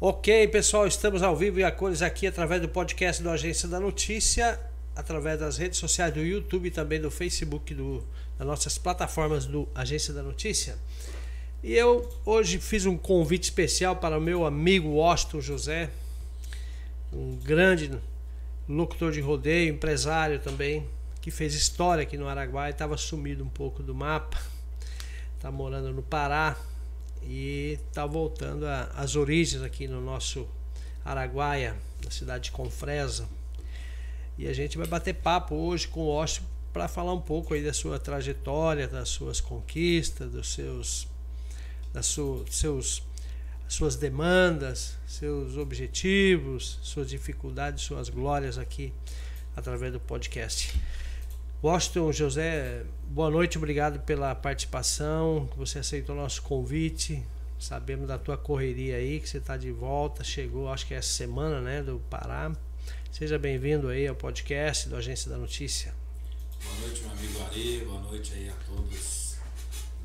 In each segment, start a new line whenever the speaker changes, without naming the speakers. Ok, pessoal, estamos ao vivo e a cores aqui através do podcast do Agência da Notícia, através das redes sociais do YouTube e também do Facebook, do, das nossas plataformas do Agência da Notícia. E eu hoje fiz um convite especial para o meu amigo Washington José, um grande locutor de rodeio, empresário também, que fez história aqui no Araguaia, estava sumido um pouco do mapa, está morando no Pará, e está voltando às origens aqui no nosso Araguaia, na cidade de Confresa. E a gente vai bater papo hoje com o Washington para falar um pouco aí da sua trajetória, das suas conquistas, dos seus, das su, seus, suas demandas, seus objetivos, suas dificuldades, suas glórias aqui através do podcast. Washington José, boa noite, obrigado pela participação, que você aceitou o nosso convite. Sabemos da tua correria aí, que você está de volta, chegou acho que é essa semana, né, do Pará. Seja bem-vindo aí ao podcast do Agência da Notícia.
Boa noite, meu amigo Ari, boa noite aí a todos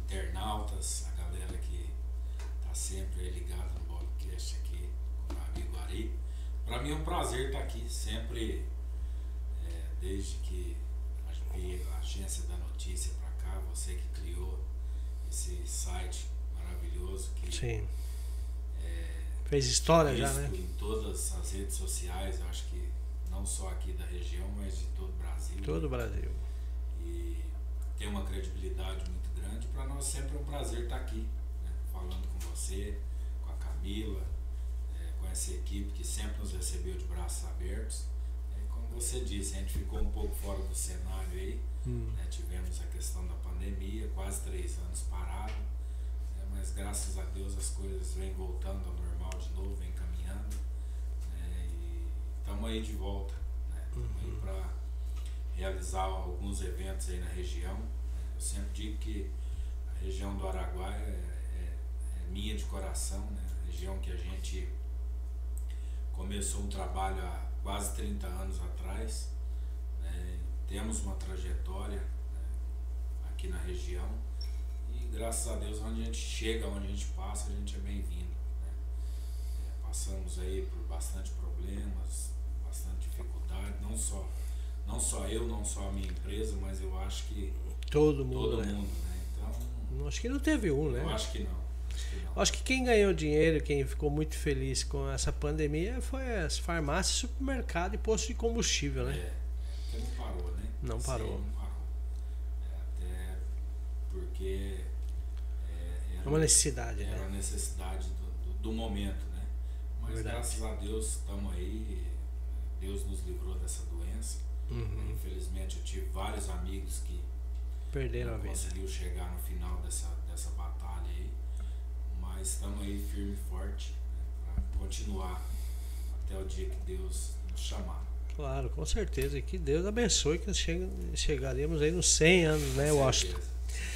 internautas, a galera que está sempre ligada no podcast aqui com o meu amigo Ari. Para mim é um prazer estar aqui, sempre, é, desde que a agência da notícia para cá, você que criou esse site maravilhoso que
Sim. É, fez história já, né?
Em todas as redes sociais, eu acho que não só aqui da região, mas de todo o Brasil.
Todo o Brasil.
E tem uma credibilidade muito grande. Para nós sempre é um prazer estar aqui, né? falando com você, com a Camila, é, com essa equipe que sempre nos recebeu de braços abertos você disse, a gente ficou um pouco fora do cenário aí. Hum. Né? Tivemos a questão da pandemia, quase três anos parado. Né? Mas graças a Deus as coisas vêm voltando ao normal de novo, vêm caminhando. Né? E estamos aí de volta. Estamos uhum. aí para realizar alguns eventos aí na região. né. Eu sempre digo que a região do Araguaia é, é, é minha de coração, né? A região que a gente começou um trabalho há quase 30 anos atrás. Né? Temos uma trajetória né? aqui na região e graças a Deus onde a gente chega, onde a gente passa, a gente é bem-vindo. Né? É, passamos aí por bastante problemas, bastante dificuldade, não só, não só eu, não só a minha empresa, mas eu acho que
todo mundo. né?
Todo mundo então,
acho que não teve um, né?
Eu acho que não.
Acho que quem ganhou dinheiro, quem ficou muito feliz com essa pandemia foi as farmácias, supermercado e posto de combustível, né?
É, porque não parou, né?
Não parou. Sim,
não parou. É, até porque.
É, era uma necessidade,
era né? Era necessidade do, do, do, momento, né? Mas Verdade. graças a Deus estamos aí. Deus nos livrou dessa doença. Uhum. Infelizmente eu tive vários amigos que.
Perderam a vida.
Conseguiu chegar no final dessa, dessa batalha aí mas estamos aí firme e forte né, para continuar até o dia que Deus nos chamar.
Claro, com certeza. E que Deus abençoe que nós chegaremos aí nos 100 anos, né, com Washington? Certeza.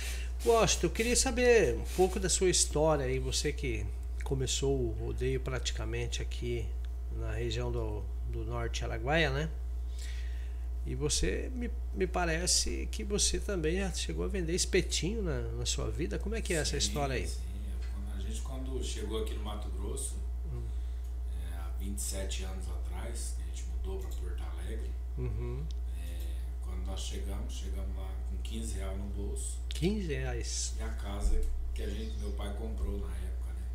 Washington, eu queria saber um pouco da sua história aí, você que começou o rodeio praticamente aqui na região do, do Norte Araguaia, né? E você, me, me parece que você também já chegou a vender espetinho na, na sua vida. Como é que é sim, essa história aí?
Sim É, quando chegou aqui no Mato Grosso, hum. é, há 27 anos atrás, a gente mudou para Porto Alegre, uhum. é, quando nós chegamos, chegamos lá com 15 reais no bolso.
15 reais?
E a casa que a gente, meu pai comprou na época, né?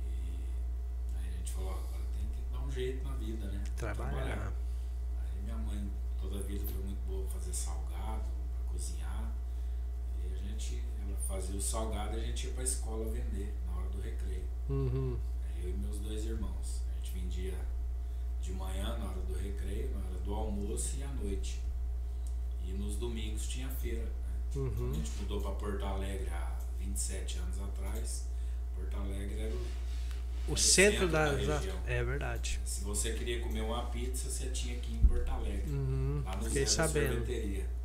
E aí a gente falou, agora tem que dar um jeito na vida, né?
Trabalhar. Trabalhar.
Aí minha mãe toda a vida foi muito boa fazer salgado, pra cozinhar. E a gente fazia o salgado e a gente ia pra escola vender na hora do recreio.
Uhum.
Eu e meus dois irmãos. A gente vendia de manhã na hora do recreio, na hora do almoço e à noite. E nos domingos tinha feira. Né? Uhum. A gente mudou para Porto Alegre há 27 anos atrás. Porto Alegre era o,
o, o centro, centro, da, da região. É verdade.
Se você queria comer uma pizza, você tinha que ir em Porto Alegre.
Uhum.
Lá no
Fiquei
Zé
sabendo.
sorveteria.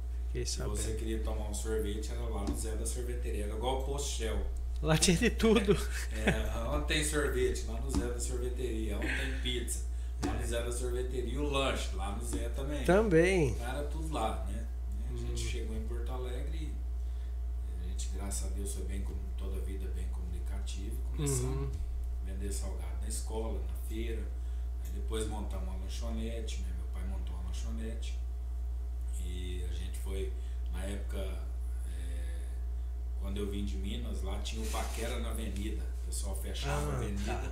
Se você queria tomar um sorvete, era lá no Zé da Sorveteria. Era igual o Post Shell.
Lá tinha de tudo.
É, é, onde tem sorvete? Lá no Zé da Sorveteria. Onde tem pizza? Lá no Zé da Sorveteria. E o lanche? Lá no Zé também.
Também.
Era tudo lá, né? A hum. gente chegou em Porto Alegre e a gente, graças a Deus, foi bem, toda a vida bem comunicativa. Começamos uhum. vender salgado na escola, na feira. Aí depois montamos uma lanchonete, né? meu pai montou uma lanchonete. E a gente foi, na época, é, quando eu vim de Minas, lá tinha o Paquera na avenida. O pessoal fechava a
Ah,
avenida
tá.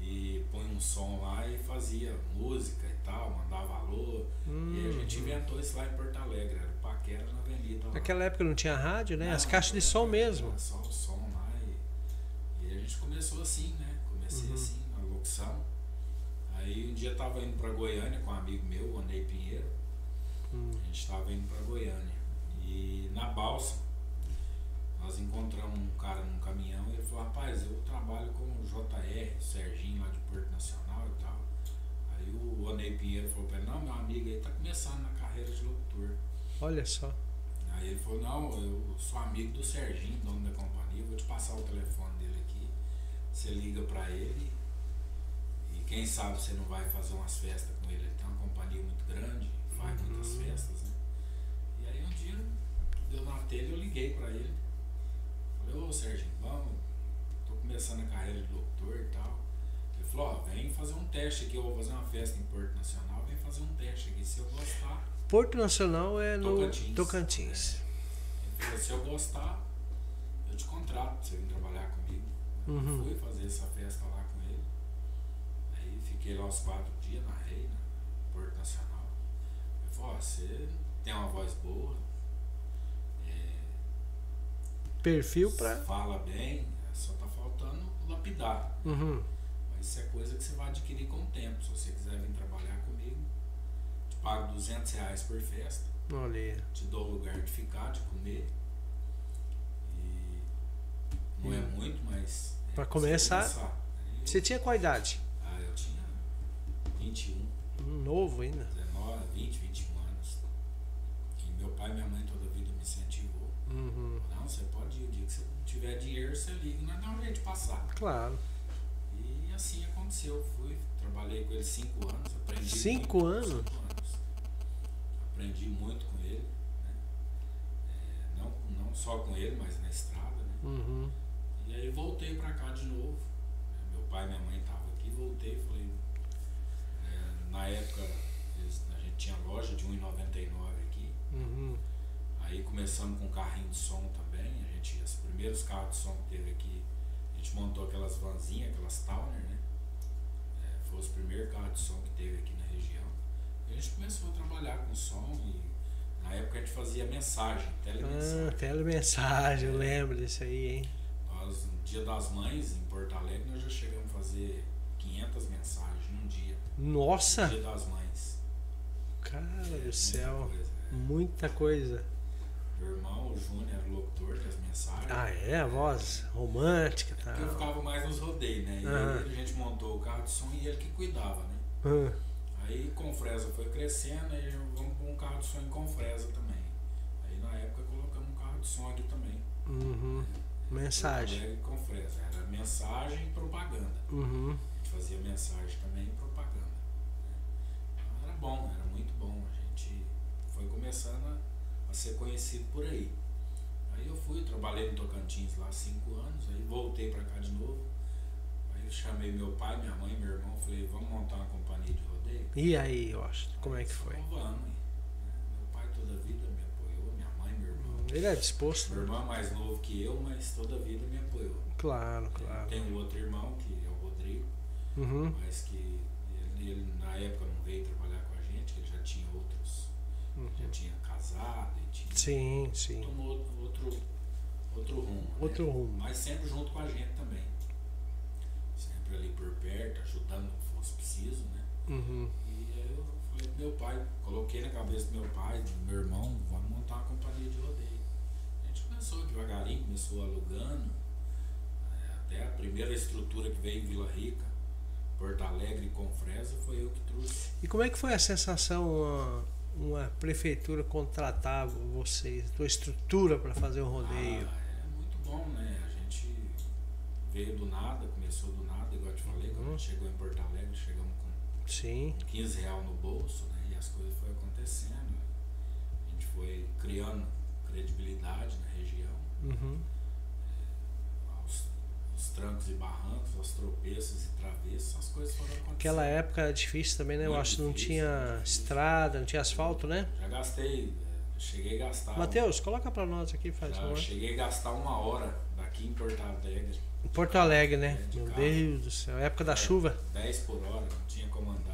e põe um som lá e fazia música e tal, mandava alô. E
Hum.
a gente inventou isso lá em Porto Alegre, era o Paquera na avenida. lá.
Naquela época não tinha rádio, né? As
Não, é,
caixas de
era
som
só-
mesmo.
era Só o som lá e, e a gente começou assim, né? Comecei
Uhum.
assim, na locução. Aí um dia eu tava indo pra Goiânia com um amigo meu, o Andrei Pinheiro.
Hum.
A gente tava indo pra Goiânia. E na balsa, nós encontramos um cara num caminhão e ele falou, rapaz, eu trabalho com o JR, Serginho lá de Porto Nacional e tal. Aí o Andrei Pinheiro falou pra ele, não, meu amigo, ele tá começando na carreira de locutor.
Olha só.
Aí ele falou, não, eu sou amigo do Serginho, dono da companhia, vou te passar o telefone dele aqui. Você liga pra ele e quem sabe você não vai fazer umas festas com ele. Ele tem uma companhia muito grande, faz
Uhum.
muitas festas, né? E aí um dia deu na telha, eu liguei pra ele. Falei, ô Serginho, vamos, tô começando a carreira de locutor e tal. Ele falou, ó, vem fazer um teste aqui, eu vou fazer uma festa em Porto Nacional, vem fazer um teste aqui, se eu gostar.
Porto Nacional é no
Tocantins. É.
Tocantins.
Ele falou, se eu gostar, eu te contrato pra você vir trabalhar comigo.
Uhum.
Fui fazer essa festa lá com ele. Aí fiquei lá os quatro dias na Rei, na Porto Nacional. Ele falou, ó, você tem uma voz boa, é,
Perfil pra.
fala bem, só tá faltando lapidar.
Uhum.
Mas isso é coisa que você vai adquirir com o tempo. Se você quiser vir trabalhar comigo, te pago 200 reais por festa.
Olha. aí.
te dou o lugar de ficar, de comer. E não é
Hum.
muito, mas. é
Pra
você
começar-
Aí
Você tinha qual idade?
eu, ah, eu tinha 21,
Hum, Novo ainda.
19, 20, 21 anos. E meu pai e minha mãe toda vida me incentivou.
Uhum.
Não, você pode ir, o dia que você tiver dinheiro, você liga, nós dá um jeito de passar.
Claro.
E assim aconteceu. Fui, trabalhei com ele cinco anos, aprendi
Cinco
muito,
anos?
Cinco anos. Aprendi muito com ele, né? É, não, não só com ele, mas na estrada, né?
Uhum.
E aí voltei pra cá de novo. né? Meu pai e minha mãe estavam aqui, voltei, falei. é, na época eles- a gente tinha loja de 1,99 aqui.
Uhum.
Aí começamos com carrinho de som também. A gente, os primeiros carros de som que teve aqui, a gente montou aquelas vanzinhas, aquelas Towner, né? É, foi os primeiros carros de som que teve aqui na região. E a gente começou a trabalhar com som e na época a gente fazia mensagem, telemensagem.
Ah, telemensagem, eu lembro disso aí, hein?
Nós, no dia das mães, em Porto Alegre, nós já chegamos a fazer 500 mensagens num dia. No
Nossa!
dia das mães.
Cara
muita
do céu.
coisa, é.
Muita coisa.
Meu irmão, o Júnior, era o locutor das mensagens.
Ah, é? A voz romântica e
Porque eu
tal.
ficava mais nos rodeios, né? E
Aham.
ele- a gente montou o carro de som e ele que cuidava, né?
Ah,
Aí Confresa foi crescendo e vamos pôr um carro de som em Confresa também. Aí na época colocamos um carro de som aqui também.
Uhum. Mensagem.
Porto Alegre e Confresa. Era mensagem e propaganda.
Uhum.
A gente fazia mensagem também e propaganda. né? Então era bom, era muito bom. A gente foi começando a, a ser conhecido por aí. Aí eu fui, trabalhei no Tocantins lá cinco anos, aí voltei pra cá de novo. Aí eu chamei meu pai, minha mãe, meu irmão, falei, vamos montar uma companhia de rodeio?
E aí, Washington, como é que
Eles
foi?
falaram, Vamos, hein? Né? Meu pai toda vida me apoiou, minha mãe, meu irmão.
Ele é disposto?
Meu
né?
irmão é mais novo que eu, mas toda vida me apoiou.
Claro, claro.
Tem um outro irmão, que é o Rodrigo,
Uhum.
mas que ele, ele, na época não veio trabalhar com a gente, que ele já tinha outros, já
uhum.
tinha casado e tinha
Sim, sim.
tomou outro, outro, outro rumo. né?
Outro rumo.
Mas sempre junto com a gente também. Sempre ali por perto, ajudando o que fosse preciso, né?
Uhum.
E aí eu falei pro meu pai, coloquei na cabeça do meu pai, do meu irmão, vamos montar uma companhia de rodeio. A gente começou devagarinho, começou alugando. eh, Até a primeira estrutura que veio em Vila Rica, Porto Alegre e Confresa, foi eu que trouxe.
E como é que foi a sensação uma, uma prefeitura contratar vocês, tua estrutura para fazer o rodeio?
Ah, é muito bom, né? A gente veio do nada, começou do nada, igual eu te falei, quando a
Uhum.
gente chegou em Porto Alegre, chegamos com
Sim.
15 reais no bolso, né? E as coisas foram acontecendo. né? A gente foi criando credibilidade na região.
Uhum.
Aos, aos os trancos e barrancos, aos tropeços e travessos, as coisas foram acontecendo.
Aquela época era difícil também, né? Eu
Muito
acho que não
difícil,
tinha
muito difícil.
estrada, não tinha asfalto, né?
Já gastei, eh, cheguei a gastar. um-
Matheus, coloca pra nós aqui, faz
já
favor.
cheguei a gastar uma hora daqui em Porto Alegre.
Em Porto Alegre, né?
É, de
Meu
carro. É.
Deus do céu, época da chuva.
10 por hora, não tinha como andar.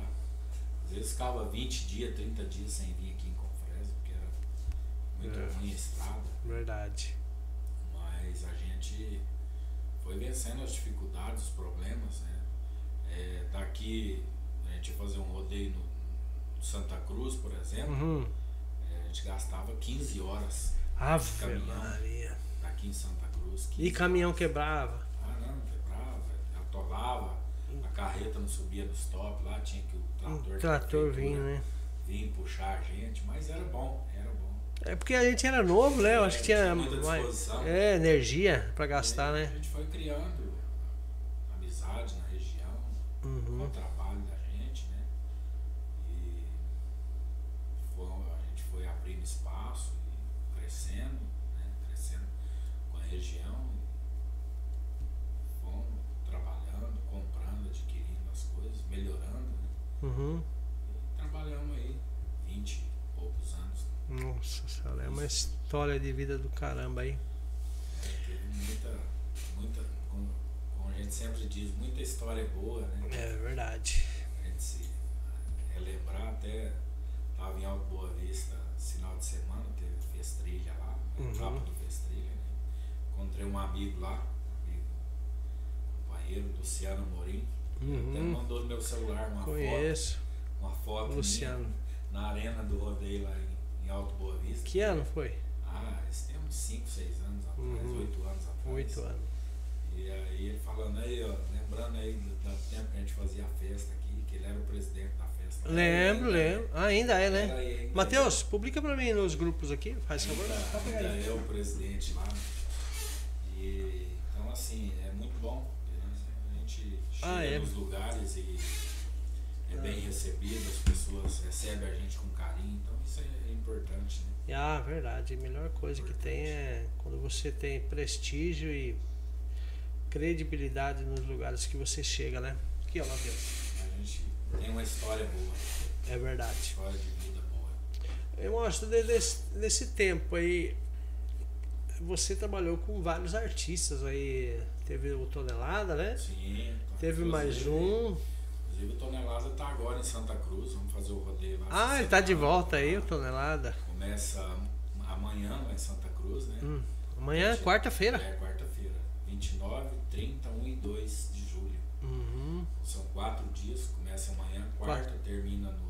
Às vezes ficava 20 dias, 30 dias sem vir aqui em Confresa, porque era muito
É.
ruim a estrada.
Verdade.
Mas a gente foi vencendo as dificuldades, os problemas, né? É, daqui a gente ia fazer um rodeio no, no Santa Cruz, por exemplo,
Uhum.
é, a gente gastava 15 horas
Ave
Caminhão.
Maria.
daqui em Santa Cruz. 15
E caminhão quebrava.
Ah, não, quebrava, atolava, a carreta não subia dos top lá, tinha que o trator, tá
O
da
Um trator vinha,
prefeitura
né?
vir puxar a gente, mas era bom, era bom. É,
É porque a gente era novo, né? Eu acho que tinha
Tinha muita
mais
disposição.
é, energia pra gastar,
E A
né?
gente foi criando amizade na região, com o
Uhum.
um trabalho da gente, né? E foi- um, a gente foi abrindo espaço e crescendo, né? Crescendo com a região. E fomos trabalhando, comprando, adquirindo as coisas, melhorando, né?
Uhum.
E trabalhamos aí 20 e poucos anos. né?
Nossa senhora, é uma história de vida do caramba aí.
né? Teve muita, muita, como, como a gente sempre diz, muita história boa, né?
É verdade.
A gente se relembrar até estava em Alto Boa Vista esse final de semana, teve fez trilha lá, a
Uhum.
etapa do fez trilha, né? Encontrei um amigo lá, um amigo, companheiro, Luciano Morim. Ele até
Uhum.
mandou no meu celular uma
Conheço.
foto, uma foto
Luciano.
minha na arena do rodeio lá em, em Alto Boa Vista.
Que ano foi?
Ah, isso tem uns 5, 6 anos atrás,
Uhum.
8 anos atrás.
Oito anos.
E aí ele falando aí, ó, lembrando aí do, do tempo que a gente fazia a festa aqui, que ele era o presidente da festa.
Lembro,
Ele era-
lembro. Ah, ainda é,
Era
né?
aí, ainda
Matheus, publica pra mim nos grupos aqui, faz favor. Só
era-
pegar
Ainda
aí.
é o presidente lá. E, então, assim, é muito bom. né? A gente chega
Ah, é. Ah.
nos lugares e é bem recebido, as pessoas recebem a gente com carinho. Então, isso é importante, né?
Ah, verdade. A melhor coisa que tem é quando você tem prestígio e credibilidade nos lugares que você chega, né? Aqui, ó, Matheus.
A gente tem uma história boa, uma
É verdade.
história de vida boa.
Eu mostro de- desse, nesse tempo aí. Você trabalhou com vários artistas aí. Teve o Tonelada, né?
Sim.
Teve mais
inclusive-
um.
Inclusive o Tonelada tá agora em Santa Cruz, vamos fazer o rodeio lá.
Ah,
essa
ele tá de
semana.
volta aí, o Tonelada.
Começa amanhã lá em Santa Cruz, né?
Hum, Amanhã, quarta-feira.
É quarta-feira. 29, 31 e 2 de julho.
Uhum,
São quatro dias, começa amanhã, quarta,
Quatro.
termina no,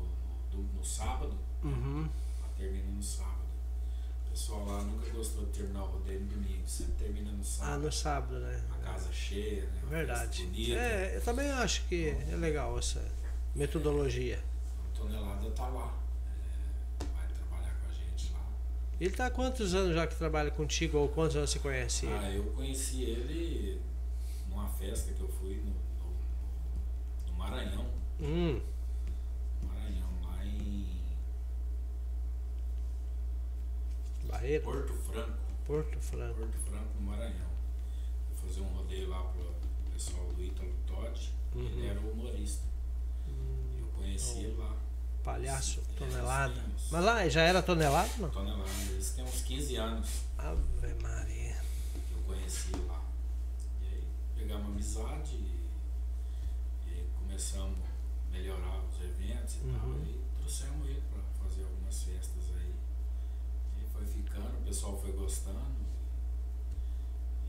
no, do- no sábado.
uhum.
Ela termina no sábado. O pessoal lá nunca gostou de terminar o rodeio no domingo, sempre termina no
Ah,
sábado.
no sábado, né?
A casa cheia, né? Uma festa
Verdade.
Bonita.
É, eu também acho que é legal essa metodologia.
O Tonelada tá lá. É, vai trabalhar com a gente lá.
Ele tá há quantos anos já que trabalha contigo ou quantos anos você conhece ele?
Ah, eu conheci ele numa festa que eu fui no, no- no Maranhão.
Hum,
Maranhão, lá em
Barreira,
Porto Franco.
Porto Franco.
Porto Franco, no Maranhão. Fui fazer um rodeio lá pro pessoal do Ítalo Todd.
Uhum.
Ele era humorista.
Hum,
Eu conheci ele lá.
palhaço,
É,
tonelada.
assim, uns-
Mas lá já era tonelada, não?
Tonelada, isso tem uns 15 anos
Ave Maria.
que eu conheci ele lá. E aí pegamos amizade e, e aí começamos a melhorar os eventos e tal.
Uhum.
E trouxemos ele para fazer algumas festas aí. E foi ficando, o pessoal foi gostando.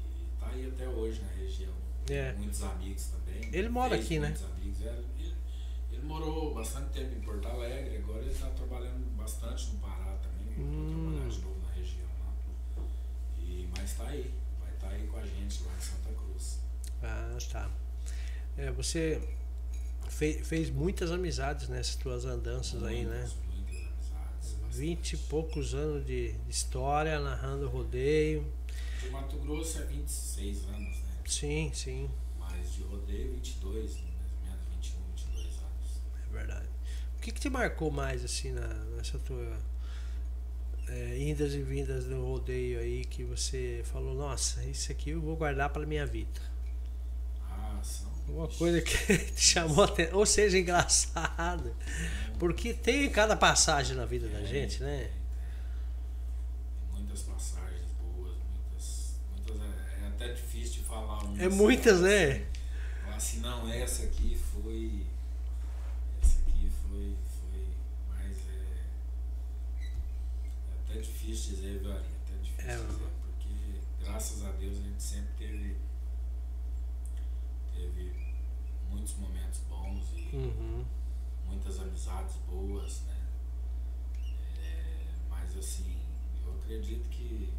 E tá aí até hoje na região.
É.
Muitos amigos também.
Ele mora
Fez
aqui, né?
muitos amigos. É, Ele, ele morou bastante tempo em Porto Alegre, agora ele está trabalhando bastante no Pará também. Voltou a trabalhar
Hum.
de novo na região lá. E, mas tá aí, vai estar aí com a gente lá em Santa Cruz.
Ah, tá. É, você fe- fez muitas amizades nessas tuas andanças aí, né?
Muitas, Muitas amizades. bastante.
Vinte e poucos anos de de história, narrando rodeio.
De Mato Grosso é 26 anos, né?
Sim, sim,
Mas de rodeio 22, mais ou né? menos 21, 22 anos.
é verdade. O que, que te marcou mais assim na, nessa tua é, indas e vindas do rodeio aí que você falou, nossa, isso aqui eu vou guardar para minha vida.
Ah,
Alguma coisa que te chamou a atenção, ou seja, engraçado. Porque tem cada passagem na vida
É.
da gente, né?
Tem muitas passagens boas, muitas. muitas é, é até difícil de falar uma.
É
assim,
muitas,
assim,
né?
Falar assim, não, essa aqui foi. Essa aqui foi. foi mas é. É até difícil dizer, viu, Arinha? Até difícil
É, mano.
dizer, porque graças a Deus a gente sempre teve. Teve muitos momentos bons e
Uhum.
muitas amizades boas, né? É, mas assim, eu acredito que,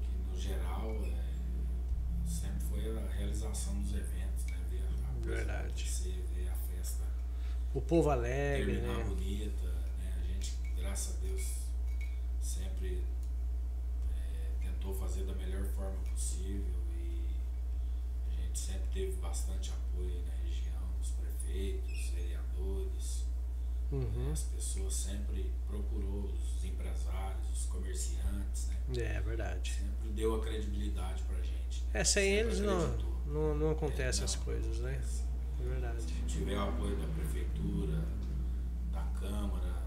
que no geral é, sempre foi a realização dos eventos, né? Ver a- a coisa
Verdade.
acontecer, ver a festa
O povo alegre,
terminar
né?
bonita, né? A gente, graças a Deus, sempre é, tentou fazer da melhor forma possível e a gente sempre teve bastante apoio na região, dos prefeitos, vereadores, né?
Uhum.
as pessoas sempre procurou os empresários, os comerciantes, né?
É verdade.
Sempre deu a credibilidade pra gente. Né?
É, sem
Sempre
eles não,
acreditou.
não, não acontecem
É,
as
não.
coisas, né? É verdade.
Se tiver o apoio da prefeitura, da câmara,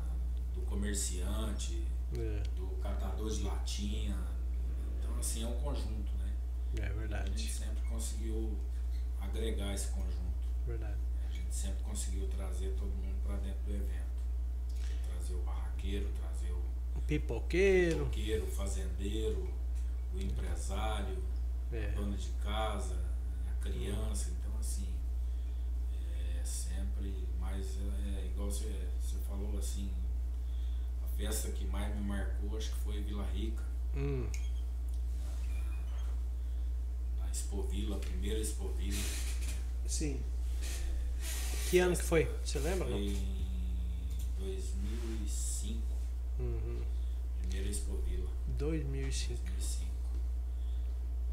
do comerciante,
É,
do catador de latinha. Então, assim, é um conjunto, né?
é
A gente
verdade.
sempre conseguiu agregar esse conjunto.
Verdade.
A gente sempre conseguiu trazer todo mundo para dentro do evento. Trazer o barraqueiro, trazer o
O Um pipoqueiro.
toqueiro, o fazendeiro, o empresário,
É.
dona de casa, a criança, então assim, é sempre, mas é, igual você, você falou assim, a festa que mais me marcou acho que foi Vila Rica,
Hum,
na Expovila, a primeira Expovila.
sim. Que ano que foi? Você lembra?
Foi
Não?
em 2005,
Uhum.
primeira Expovila,
2005.
2005.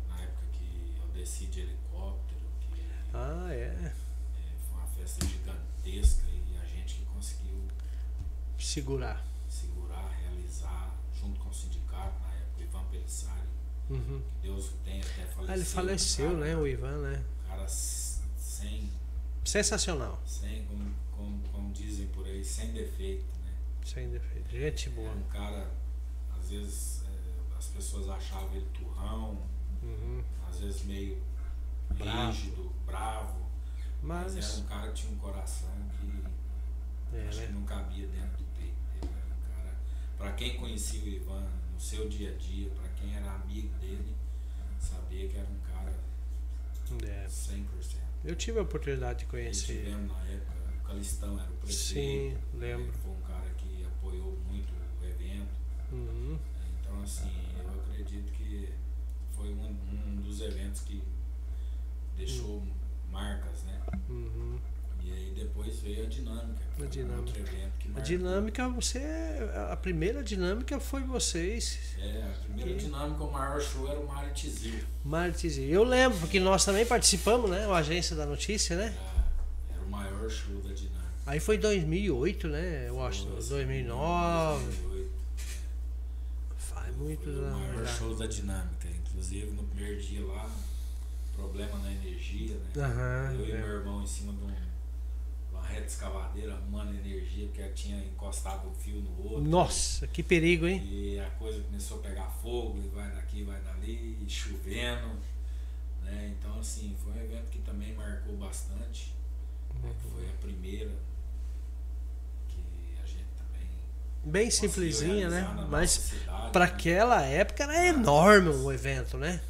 Na época que eu desci de helicóptero, que
Ah, é.
é, foi uma festa gigantesca e a gente que conseguiu
Segurar.
segurar, realizar, junto com o sindicato, na época, o Ivan Pelissari,
Uhum.
que Deus o tenha, até faleceu.
Ah, ele faleceu, né?
cara,
O Ivan, né?
Cara, s- sem,
Sensacional.
sem como, como, como dizem por aí, sem defeito, né?
Sem defeito. Gente boa.
Era um cara, às vezes, é, as pessoas achavam ele turrão,
Uhum.
às vezes meio
Bravo.
rígido, bravo, mas,
Mas.
era um cara que tinha um coração que acho
É, né?
que não cabia dentro do peito dele. Era um cara. Pra quem conhecia o Ivan no seu dia a dia, pra quem era amigo dele, sabia que era um cara
É.
100%.
Eu tive a oportunidade de
Nós
conhecer. ele.
tivemos na época, o Calistão era o prefeito.
Sim, lembro.
Foi um cara que apoiou muito o evento.
Uhum.
Então, assim, eu acredito que foi um, um dos eventos que deixou
Hum.
marcas, né?
Uhum.
E aí depois veio a dinâmica. que foi
dinâmica.
Outro evento que
A
marcou.
dinâmica, você. A primeira dinâmica foi vocês,
É, a primeira
Que-
dinâmica, o maior show era o Mário Tizil.
Martins. e- Eu lembro, porque nós também participamos, né? A agência da notícia, né?
É, Era o maior show da dinâmica.
Aí foi 2008, né, Washington?
Nossa,
2009.
2008.
Faz muitos
Foi o
anos. né?
maior
já.
show da dinâmica. Inclusive, no primeiro dia lá, problema na energia, né?
Aham,
Eu e meu
lembro.
irmão em cima de um- uma reta escavadeira, arrumando energia, porque tinha encostado um fio no outro.
Nossa, que perigo, hein?
E a coisa começou a pegar fogo, e vai daqui, vai dali, e chovendo. Né? Então, assim, foi um evento que também marcou bastante. né, que Foi a primeira que a gente também.
Bem
conseguiu
simplesinha, né?
realizar na
Mas
nossa cidade,
pra
né?
aquela época era enorme o evento, né?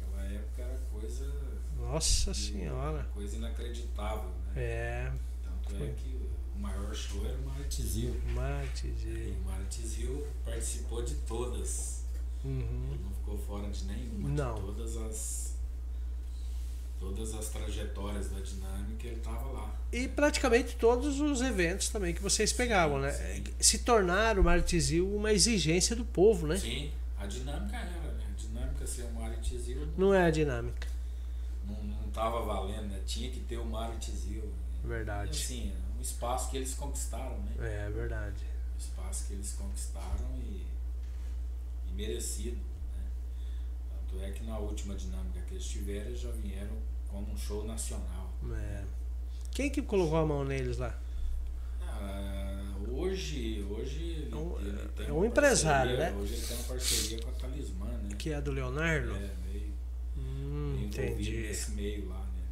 Naquela época era coisa.
Nossa
de-
senhora.
Coisa inacreditável, né?
É,
Tanto
Foi.
é que o maior show era o Maratizil.
Martins.
E
e-
o Maratizil participou de todas. Ele
Uhum.
não ficou fora de nenhuma.
Não.
De todas as. Todas as trajetórias da dinâmica, ele tava lá.
E praticamente todos os eventos também que vocês pegavam, né?
Sim.
Se tornaram o Martizil uma exigência do povo, né?
Sim, a dinâmica era, né? A dinâmica ser o Mário Tizil
Não é a dinâmica.
não, não tava valendo, né? Tinha que ter o Mário Tizil. Né? E,
Verdade.
assim, é um espaço que eles conquistaram, né?
É verdade.
Um espaço que eles conquistaram e, e merecido, né? Tanto é que na última dinâmica que eles tiveram, eles já vieram como um show nacional.
É. Quem que colocou a mão neles lá?
Ah, hoje, hoje ele,
É um-
ele tem
é um
uma
empresário,
parceria-
né?
Hoje ele tem uma parceria com a Talismã, né?
Que é do Leonardo?
É, meio
Hum,
meio envolvido
entendi.
nesse meio lá, né?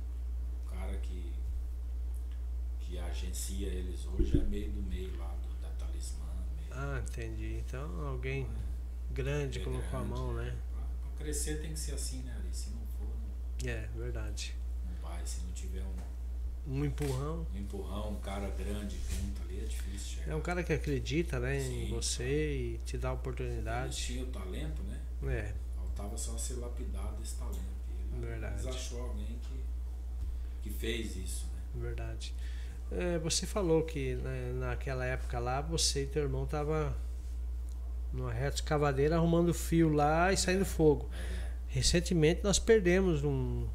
O cara que, que agencia eles hoje é meio do meio lá do, da Talismã. Meio,
Ah, entendi. Então alguém grande
Bem
colocou a
grande.
mão, né?
pra, pra crescer tem que ser assim, né, Ari? Se não for, não,
É, verdade.
não vai. Se não tiver um,
Um empurrão.
um empurrão, um cara grande junto ali, é difícil chegar.
É um cara que acredita, né, em
Sim.
você e te dá a
Eles
oportunidade.
tinham o talento, né?
É,
Faltava só ser lapidado esse talento. E ele-
Verdade.
Eles achou alguém que, que fez isso, né?
verdade. É, você falou que né, naquela época lá você e teu irmão tava numa reta escavadeira arrumando fio lá e saindo fogo.
É,
Recentemente nós perdemos um,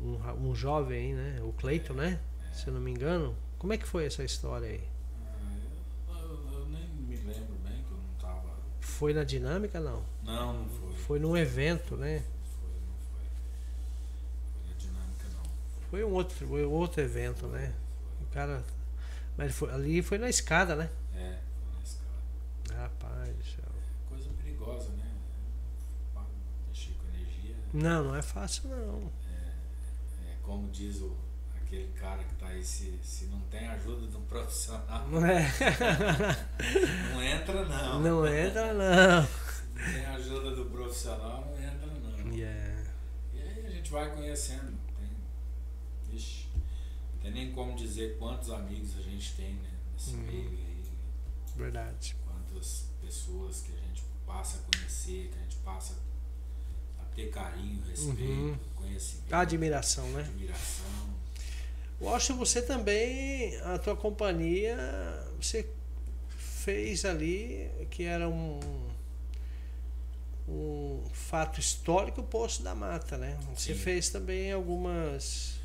um, ra- um jovem aí, né? O Cleiton, né?
é.
Se eu não me engano. Como é que foi essa história aí?
Ah, eu, eu- eu nem me lembro bem que eu não tava.
Foi na dinâmica, não?
Não, não foi.
Foi num evento, né?
Não foi, não foi. Foi na dinâmica, não. Tá
Foi um outro, foi outro evento, né? O cara. Mas foi- ali foi na escada, né?
É, foi na escala. É
Rapaz do céu.
Coisa perigosa, né? Pa- Mexer com energia.
Não, não é fácil não.
É, é como diz o, aquele cara que tá aí, se, se não tem ajuda de um profissional,
Não é.
não entra, é. não.
Não é? entra não.
Sem a ajuda do profissional não entra não.
Yeah.
E aí a gente vai conhecendo. Tem, vixe, não tem nem como dizer quantos amigos a gente tem né, nesse
Uhum.
meio aí,
Verdade.
quantas pessoas que a gente passa a conhecer, que a gente passa a ter carinho, respeito,
Uhum.
conhecimento,
Admiração, né?
admiração.
Washington, você também, a tua companhia, você fez ali que era um, um fato histórico o Poço da Mata, né? Você
Sim.
fez também algumas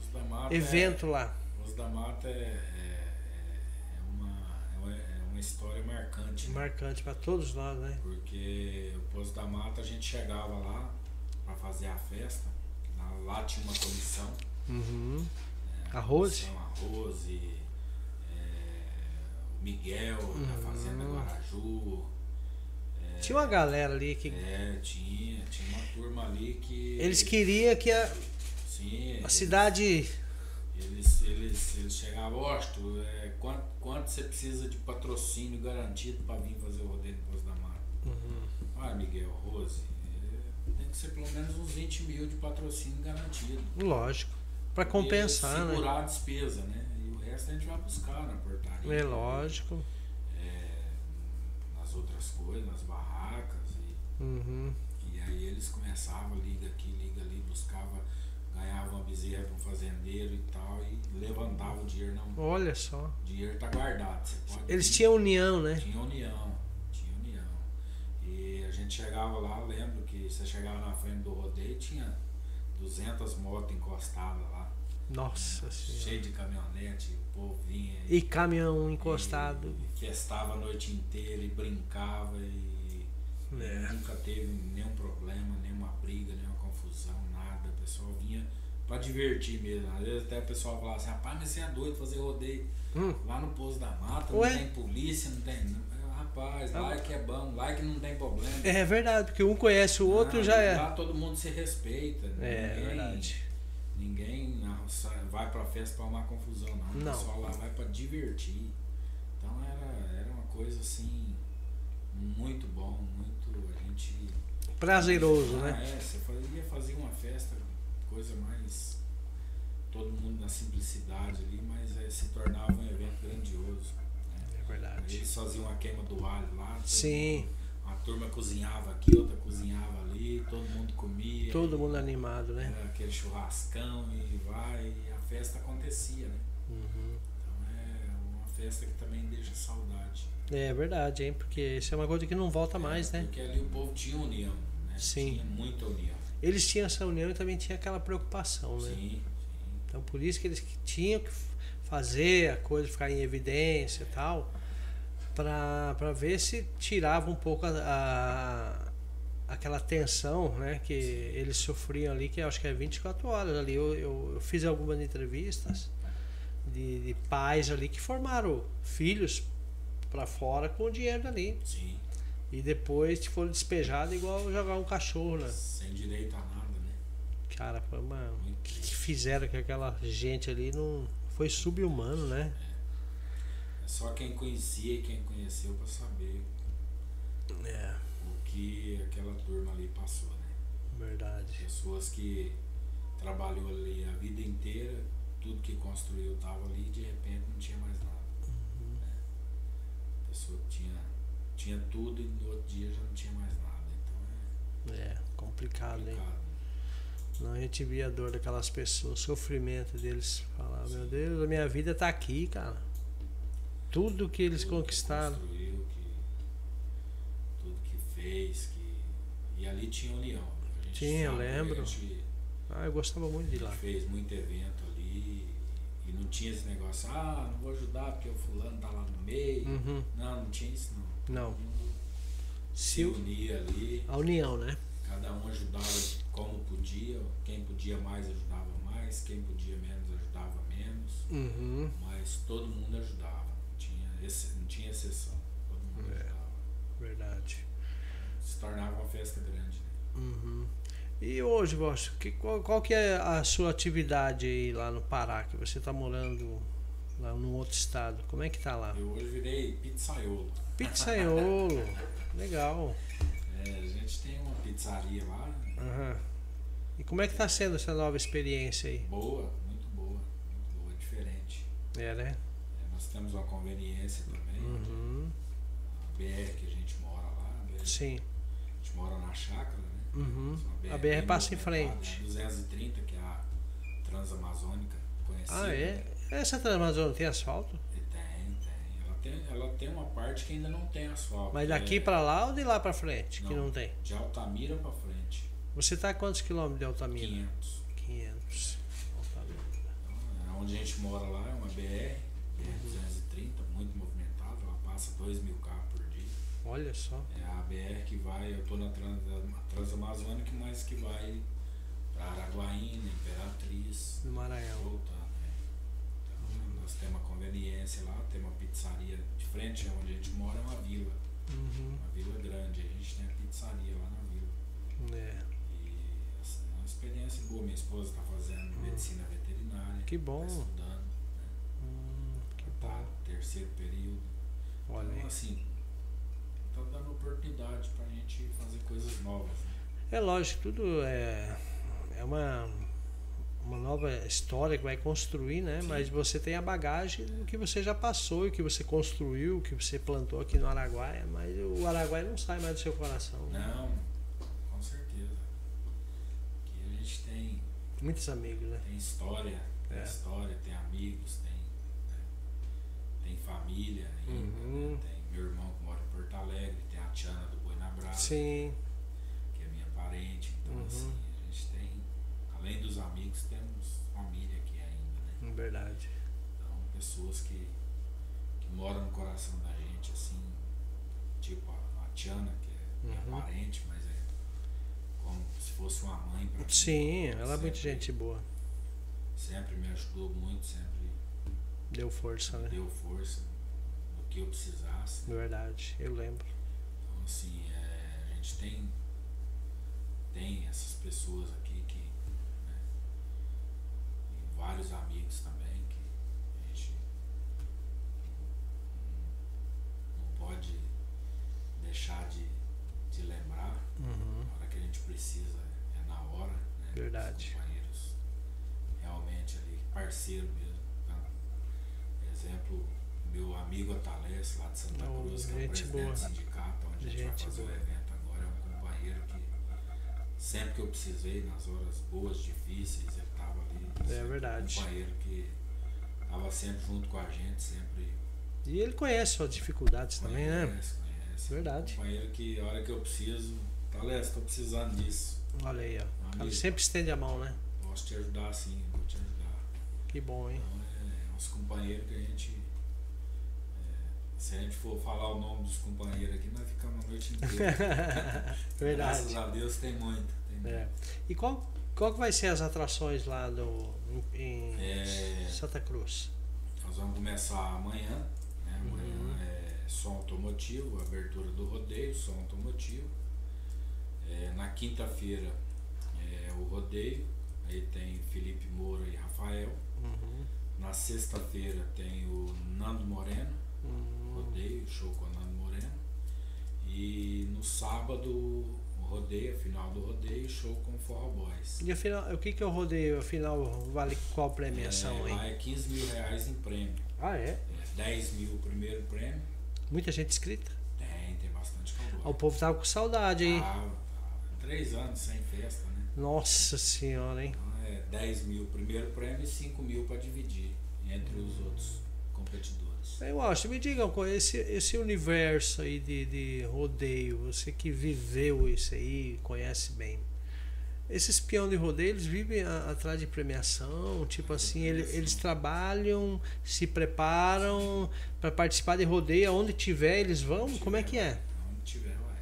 Os da mata é-
evento lá.
Os da mata é, é- é uma, é uma história marcante. né?
Marcante para todos nós, né?
Porque o Poço da Mata a gente chegava lá para fazer a festa. Lá, lá tinha uma comissão.
Uhum.
né?
A Rose?
Comissão, a Rose, é, o Miguel da
Uhum.
Fazenda Guaraju. é,
Tinha uma galera ali que.
É, tinha, tinha uma turma ali que.
Eles queriam que a,
Sim,
a
eles-
cidade.
Eles, eles, eles chegavam, Osto, é, quanto, quanto você precisa de patrocínio garantido para vir fazer o rodeio do Poço da Mata?
Uhum.
Ah, Miguel, Rose, é, tem que ser pelo menos uns 20 mil de patrocínio garantido.
Lógico. Para compensar,
e
né?
segurar a despesa, né? E o resto a gente vai buscar na portaria.
É lógico.
é, nas outras coisas, nas barracas. E,
Uhum.
e aí eles começavam, liga aqui, liga ali, buscava, ganhava uma bezerra para um fazendeiro e tal, e levantava o dinheiro na mão.
Olha só.
O dinheiro tá guardado. Você pode
Eles tinham união, né?
Tinha união, tinha união. E a gente chegava lá, lembro que você chegava na frente do rodeio, tinha 200 motos encostadas lá, né?
Nossa senhora.
cheio de caminhonete, o povo vinha.
E caminhão encostado.
e festava a noite inteira e brincava e
É.
nunca teve nenhum problema, nenhuma briga, nenhuma confusão, nada. O pessoal vinha pra divertir mesmo. Às vezes até o pessoal falava assim, rapaz, mas você é doido fazer rodeio.
Hum.
Lá no Poço da Mata
Ué?
não tem polícia, não tem. não- Rapaz, lá é que é bom, lá é que não tem problema.
É verdade, porque um conhece o outro
Ah,
já é.
Lá todo mundo se respeita. né?
É
ninguém-
verdade.
Ninguém não, sai- vai pra festa pra arrumar confusão, não.
Não.
O pessoal lá vai pra divertir. Então era, era uma coisa assim. Muito bom, muito. A gente.
Prazeroso,
Ah,
né?
É, você fazia, fazia uma festa, coisa mais. Todo mundo na simplicidade ali, mas eh, se tornava um evento grandioso. né?
É verdade.
Eles faziam a queima do alho lá.
Sim,
A turma cozinhava aqui, outra cozinhava ali, todo mundo comia.
todo mundo animado, né?
Era aquele churrascão e vai, e a festa acontecia, né?
Uhum.
Então é uma festa que também deixa saudade.
É verdade, hein? Porque isso é uma coisa que não volta mais, né?
Porque ali o povo tinha união, né?
Sim.
Tinha muita união.
Eles tinham essa união e também tinha aquela preocupação, né?
Sim, sim.
Então por isso que eles que tinham que f- fazer a coisa ficar em evidência e tal, para ver se tirava um pouco a, a- aquela tensão né, que eles sofriam ali, que eu acho que é 24 horas ali. Eu, eu, eu fiz algumas entrevistas de, de pais ali que formaram filhos para fora com o dinheiro dali.
Sim.
E depois foram despejados igual jogar um cachorro, né?
Sem direito a nada, né?
Cara, foi uma... o que que fizeram com aquela gente ali não foi subhumano, né?
É só quem conhecia e quem conheceu pra saber
É,
o que aquela turma ali passou, né?
verdade.
Pessoas que trabalhou ali a vida inteira, tudo que construiu tava ali e de repente não tinha mais nada.
Uhum.
né? Pessoa que tinha, tinha tudo e no outro dia já não tinha mais nada. Então
É,
é
complicado, hein?
complicado. né?
Não, a gente via a dor daquelas pessoas, o sofrimento deles. Falar, meu Deus, a minha vida tá aqui, cara. Tudo que eles
Tudo que
conquistaram.
né? construiu, que, tudo que fez, que. E ali tinha união. né? A gente
Tinha, eu
sabe,
lembro.
A gente,
Ah, eu gostava muito
a
de
gente
lá.
fez muito evento ali e não tinha esse negócio, ah, não vou ajudar porque o fulano tá lá no meio.
Uhum.
Não, não tinha isso não.
Não.
Todo mundo Se
Se o-
unia ali,
a união, né?
cada um ajudava como podia, quem podia mais ajudava mais, quem podia menos ajudava menos,
Uhum.
mas todo mundo ajudava, não tinha, ex- não tinha exceção, todo mundo
É.
ajudava.
Verdade.
Se tornava uma festa grande, né?
Uhum. E hoje, Bosch, que, qual, qual que é a sua atividade aí lá no Pará? Que você tá morando lá num outro estado. Como é que tá lá?
Eu hoje virei pizzaiolo.
Pizzaiolo. Legal.
É, a gente tem uma pizzaria lá,
Aham. E como é que tá sendo essa nova experiência aí?
boa, muito boa, muito boa, diferente.
É, né?
É, nós temos uma conveniência também,
Uhum.
a BR que a gente mora lá, a, BR,
Sim.
a gente mora na chácara, né?
Uhum.
Uma
A
bem
BR passa em
movimentada,
frente.
né? 230, que é a Transamazônica, conhecida.
Ah, é? Essa Transamazônica tem asfalto?
E Tem, tem. Ela tem. Ela tem uma parte que ainda não tem asfalto.
Mas daqui
é
pra lá ou de lá pra frente? Que
Não.
não tem.
De Altamira pra frente,
Você tá a quantos quilômetros de Altamira?
500.
500. Altamira.
Então, é onde a gente mora lá é uma BR, BR-230, muito movimentada. Ela passa 2 mil carros por dia.
Olha só.
É a BR que vai, eu tô na trans, na Transamazônica, mas que vai pra Araguaína, Imperatriz.
No Maranhão.
voltando, né? Então, Nós temos uma conveniência lá, tem uma pizzaria de frente, onde a gente mora é uma vila,
Uhum.
uma vila grande, a gente tem a pizzaria lá na vila.
É.
E assim, é uma experiência boa, minha esposa está fazendo medicina veterinária,
Que bom.
tá estudando,
Hum, que
tá
bom.
no terceiro período.
Olha aí.
Então assim, tá dando oportunidade pra gente fazer coisas novas. né?
É lógico, tudo é, é uma, uma nova história que vai construir, né?
Sim.
Mas você tem a bagagem do que você já passou, e o que você construiu, o que você plantou aqui no Araguaia, mas o Araguaia não sai mais do seu coração. né?
Não, com certeza. Que a gente tem
Muitos amigos, né?
Tem história, tem
É.
história, tem amigos, tem, né, tem família ainda,
Uhum.
né, tem meu irmão que mora em Porto Alegre, tem a Tiana do Boi na Brava,
Sim,
que é minha parente, então
Uhum.
assim, a gente tem, além dos amigos, temos família aqui ainda, né?
verdade.
Então pessoas que, que moram no coração da gente, assim, tipo a, a Tiana, que é minha
Uhum.
parente, mas é como se fosse uma mãe pra mim.
Sim, ela é muito
Sempre-
gente boa.
Sempre me ajudou muito, sempre
Deu força, né?
deu força do que eu precisasse.
Verdade, eu lembro.
Então, assim, é, a gente tem, tem essas pessoas aqui que. Né, e vários amigos também que a gente não- não pode deixar de, de lembrar.
Uhum.
Na hora que a gente precisa é na hora, né?
Verdade.
Os companheiros realmente ali, parceiro mesmo. Tá? Por Exemplo, meu amigo Atales, lá de Santa
Oh,
Cruz, que é o
gente
presidente
boa.
do sindicato, onde a gente vai
Gente
fazer
boa.
o evento agora, é um companheiro que sempre que eu precisei, nas horas boas, difíceis, ele estava ali. sempre um
É verdade.
companheiro que estava sempre junto com a gente, sempre
E ele conhece suas dificuldades também, né?
conhece, conhece.
Verdade.
Um companheiro que a hora que eu preciso, Tales, estou precisando disso. Um
Olha aí, ó. Ela
Amigo.
sempre estende a mão, né?
Posso te ajudar sim, vou te ajudar.
Que bom, hein?
Então é, é uns companheiros que a gente é, Se a gente for falar o nome dos companheiros aqui, nós ficamos a noite inteira. Graças
Verdade.
a Deus tem muito. Tem muito.
É. E qual, qual que vai ser as atrações lá no, em
É.
Santa Cruz?
Nós vamos começar amanhã. Né? Amanhã
Uhum.
é som automotivo, abertura do rodeio, som automotivo. É, na quinta-feira é o rodeio. Aí tem Felipe Moura e Rafael.
Uhum.
Na sexta-feira tem o Nando Moreno,
Uhum.
rodeio, show com o Nando Moreno. E no sábado o rodeio, a final do rodeio, show com o Forró Boys.
E afinal, o que que eu rodei? Afinal, vale qual premiação,
é,
hein?
lá é 15 mil reais em prêmio.
Ah, é?
É 10 mil o primeiro prêmio.
Muita gente inscrita?
Tem, tem bastante
Ah, O
cowboy.
povo tava com saudade, hein?
Ah, três anos sem festa, né?
Nossa senhora, hein?
Então é 10 mil o primeiro prêmio e 5 mil para dividir entre os outros competidores.
Eu acho, me diga uma coisa, esse, esse universo aí de, de rodeio, você que viveu isso aí, conhece bem. Esses peão de rodeio, eles vivem a- atrás de premiação, tipo assim, ele- eles trabalham, se preparam para participar de rodeio, onde tiver eles vão, como é que é?
Onde tiver, vai.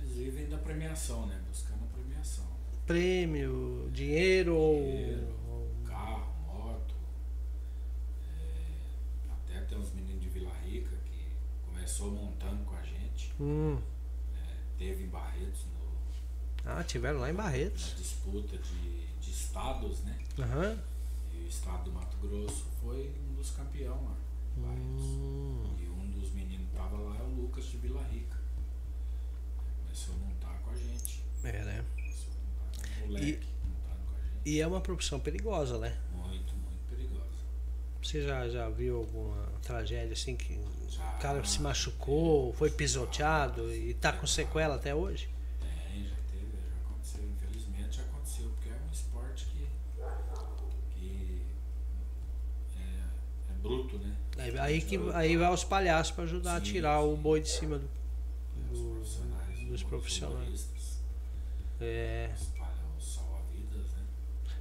Eles vivem da premiação, né? Buscando a premiação.
Prêmio, dinheiro ou...
Dinheiro. Carro, moto. é, até tem uns meninos de Vila Rica que começou montando com a gente.
Hum.
né? Teve em Barretos no,
Ah, tiveram lá em
na
Barretos.
disputa de, de estados, né?
Aham.
E o estado do Mato Grosso foi um dos campeões lá. em Barretos.
Hum.
E um dos meninos que tava lá é o Lucas de Vila Rica. Começou a montar com a gente.
É, né?
Começou a montar com o moleque, montando com a gente.
E é uma profissão perigosa, né?
Muito, muito perigoso.
Você já, já viu alguma tragédia assim que
Já-
o cara se machucou, foi pisoteado e tá com sequela até hoje?
Tem, É, já teve, já aconteceu. Infelizmente já aconteceu, porque é um esporte que. que é, é bruto, né?
Aí, aí que, aí vai os palhaços pra ajudar a
Sim,
tirar o
sim. É,
boi de cima do.
Os
Do-
profissionais,
dos
os
né? profissionais.
motoristas,
É.
os palha- os salva-vidas, né?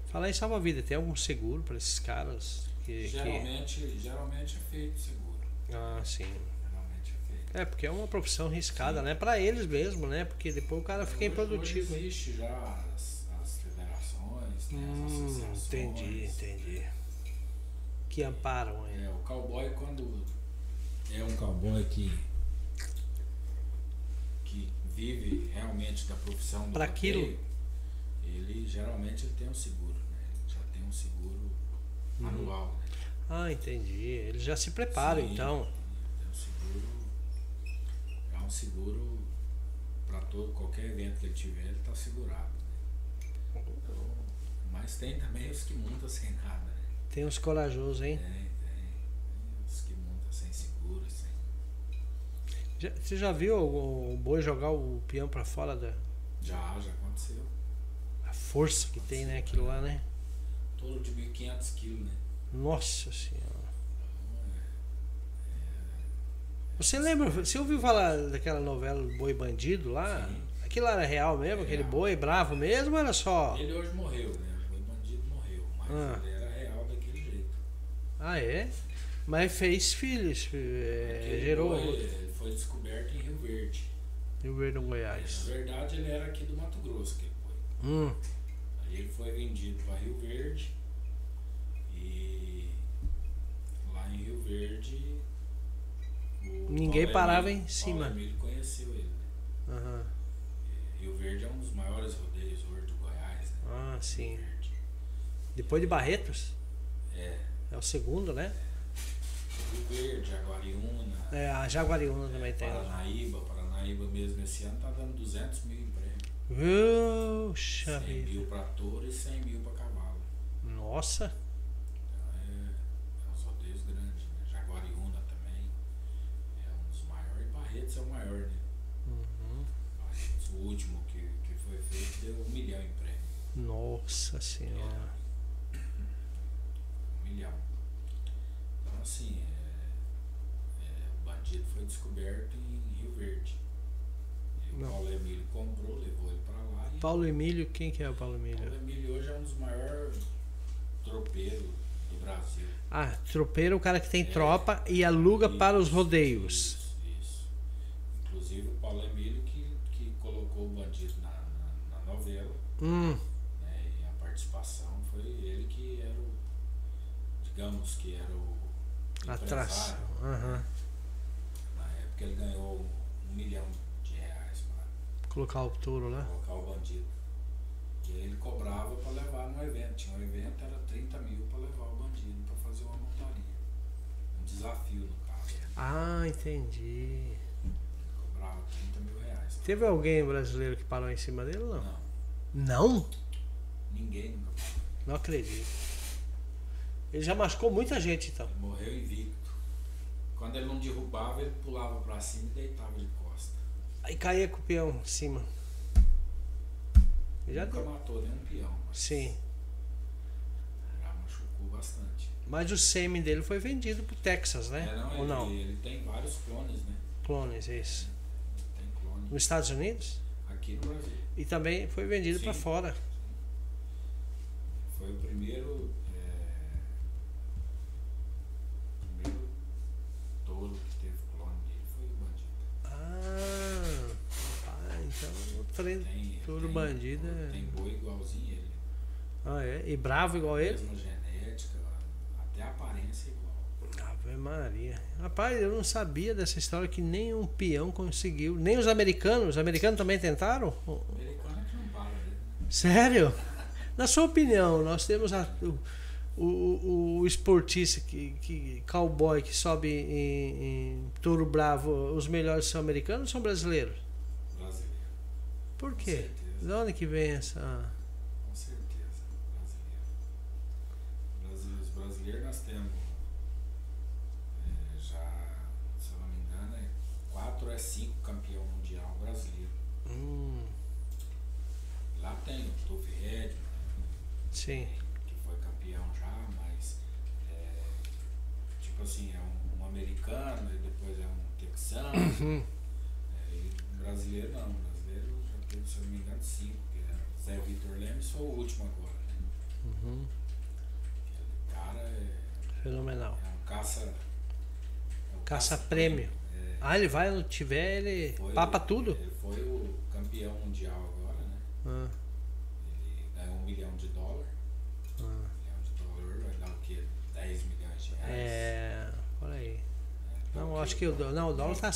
Falar em salva-vida, tem algum seguro pra esses caras? Que, que...
Geralmente, geralmente é feito seguro.
Ah, sim.
Geralmente é feito.
É, porque é uma profissão riscada, né? Pra eles mesmo, né? Porque depois o cara fica
Hoje-
improdutivo.
Hoje existe já as, as federações, tem as
Hum,
associações.
entendi, entendi. Que amparam ele.
É, o cowboy quando é um cowboy que que vive realmente da profissão do
Pra
rodeio,
aquilo.
ele geralmente ele tem um seguro, né? Ele já tem um seguro
Uhum.
anual, né?
Ah, entendi. Eles já se preparam
Sim,
então.
Tem um seguro. É um seguro para todo qualquer evento que ele tiver, ele está segurado. Né? Então, mas tem também os que montam sem nada. Né?
Tem uns corajosos, hein?
Tem, tem, tem os que montam sem seguro, sem.
Já- você já viu o, o boi jogar o peão pra fora da
Já, já aconteceu.
a força que tem, né? Aquilo lá, né?
Tolo de 1.500 quilos, né?
Nossa senhora.
Então,
Você lembra? Você ouviu falar daquela novela do Boi Bandido lá?
Sim.
Aquilo era real mesmo? Aquele
Real.
boi bravo mesmo? ou Era só.
é, ele hoje morreu, né? O bandido morreu, mas
Ah.
ele era real daquele jeito.
Ah, é? Mas fez filhos, é,
Porque ele
gerou.
foi- Ele foi descoberto em Rio Verde.
Rio Verde do
Na
Goiás.
verdade, ele era aqui do Mato Grosso que ele foi.
Hum,
Aí ele foi vendido para Rio Verde e lá em Rio Verde o
Ninguém
Paulo
parava
Emílio-
em cima.
Paulo Emílio conheceu ele. né?
aham.
É, Rio Verde é um dos maiores rodeios hoje do Goiás, né?
Ah, sim.
Rio Verde.
Depois de Barretos?
É,
É o segundo, né?
Rio Verde, Jaguariúna,
É, a Jaguariúna também tem. lá.
Paranaíba, Paranaíba mesmo esse ano tá dando 200 mil em prêmio.
Puxa
100
vida.
mil para touro e 100 mil para cavalo.
Nossa.
Então é, é uns rodeios grandes, né? Jaguariúna também é um dos maiores. Barretos é o maior, né?
Uhum.
Barretos, o último que, que foi feito deu um milhão em prêmio.
Nossa senhora.
Um milhão. Então assim, é- é, o bandido foi descoberto em Rio Verde. E o
Não.
Paulo Emílio comprou, levou ele pra lá e
Paulo Emílio, quem que é o Paulo
o Paulo
Emílio?
Emílio hoje é um dos maiores tropeiros do no Brasil.
Ah, tropeiro é o cara que tem tropa e aluga
Isso,
para os rodeios.
Isso, isso. Inclusive o Paulo Emílio que, que colocou o bandido na, na, na novela,
Hum,
né? E a participação foi ele que era o. Digamos que era o.
atração.
empresário.
Aham.
Na época ele ganhou um milhão de reais para
Colocar o touro lá.
colocar o bandido. E aí ele cobrava para levar no evento. Tinha um evento, era 30 mil para levar o bandido para fazer uma montaria. Um desafio no caso. Ele
Ah, entendi.
cobrava 30 mil reais.
Teve alguém brasileiro que parou em cima dele? Não.
Não,
Não?
ninguém nunca pagou.
Não acredito. Ele já machucou muita gente então.
Ele morreu invicto. Quando ele não derrubava, ele pulava para cima e deitava de costa.
Aí caía com o peão em cima. Ele Já
nunca
deu.
matou nenhum peão, mas
Sim.
já machucou bastante.
Mas o sêmen dele foi vendido pro Texas, né?
É, não,
Ou
ele,
não?
ele tem vários clones, né?
Clones, é isso.
Ele tem clone
Nos Estados Unidos?
aqui no Brasil.
E também foi vendido para
Sim.
fora.
Foi o primeiro. é, primeiro touro que teve clone dele foi o bandido.
Ah, ah então o trem
Tem,
todo
tem-
bandido
Tem
é...
boi igualzinho ele.
Ah, é? E bravo igual ele?
Mesma genética, até a aparência é igual.
Ave Maria. Rapaz, eu não sabia dessa história que nenhum peão conseguiu. Nem os americanos. Os americanos também tentaram?
O americano é que não para, né?
Sério? Na sua opinião, nós temos a- o, o, o esportista, que, que, cowboy que sobe em, em touro bravo, os melhores são americanos ou são brasileiros?
Brasileiro.
Por
Com
quê?
certeza.
De onde que vem essa... Ah,
Com certeza, brasileiro. Brasi- Os brasileiros nós temos, eh, já, se eu não me engano, é 4 é 5 campeão mundial brasileiro.
Hum,
Lá tem o Tove Redman,
sim.
que foi campeão já, mas eh, tipo assim, é um, um americano e depois é um texano.
Hum,
eh, e brasileiro não, brasileiro já teve, se eu não me engano, 5, que era Zé Vitor Lemes foi o último agora, né?
uhum,
Aquele cara é.
fenomenal.
É um caça. é um
Caça-prêmio.
É,
Ah, ele vai onde tiver, ele
foi-
papa tudo?
Ele foi o campeão mundial agora, né?
Ah,
Ele ganhou um milhão de dólar.
ah.
Um milhão de dólar vai dar o quê? 10 milhões de reais.
É, por aí.
né? Então,
Não,
que-
acho que o, dó- não, o dólar tá...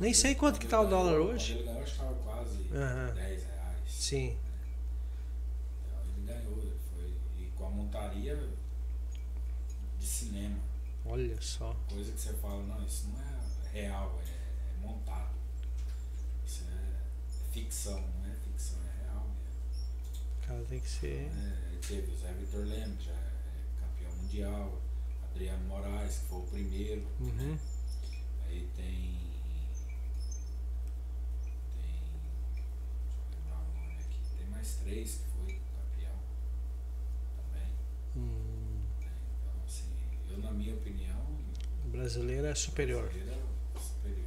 Nem sei quanto que tá o
Ele ganhou-
dólar
quando
hoje.
Ele ganhou, acho que estava quase
Aham.
10 reais.
Sim.
Então, ele ganhou. Ele foi, e com a montaria de cinema.
Olha só.
coisa que você fala, não, isso não é real, é, é montado. Isso é, é ficção, não é ficção, é real mesmo.
O cara tem que ser.
né? Aí teve o Zé Vitor Leme, já é campeão mundial, Adriano Moraes, que foi o primeiro,
Uhum.
aí tem. Tem. Deixa eu lembrar o nome aqui. Tem mais três que foi campeão também.
Hum,
né? Então assim, eu na minha opinião,
o brasileiro é superior.
ele é superior.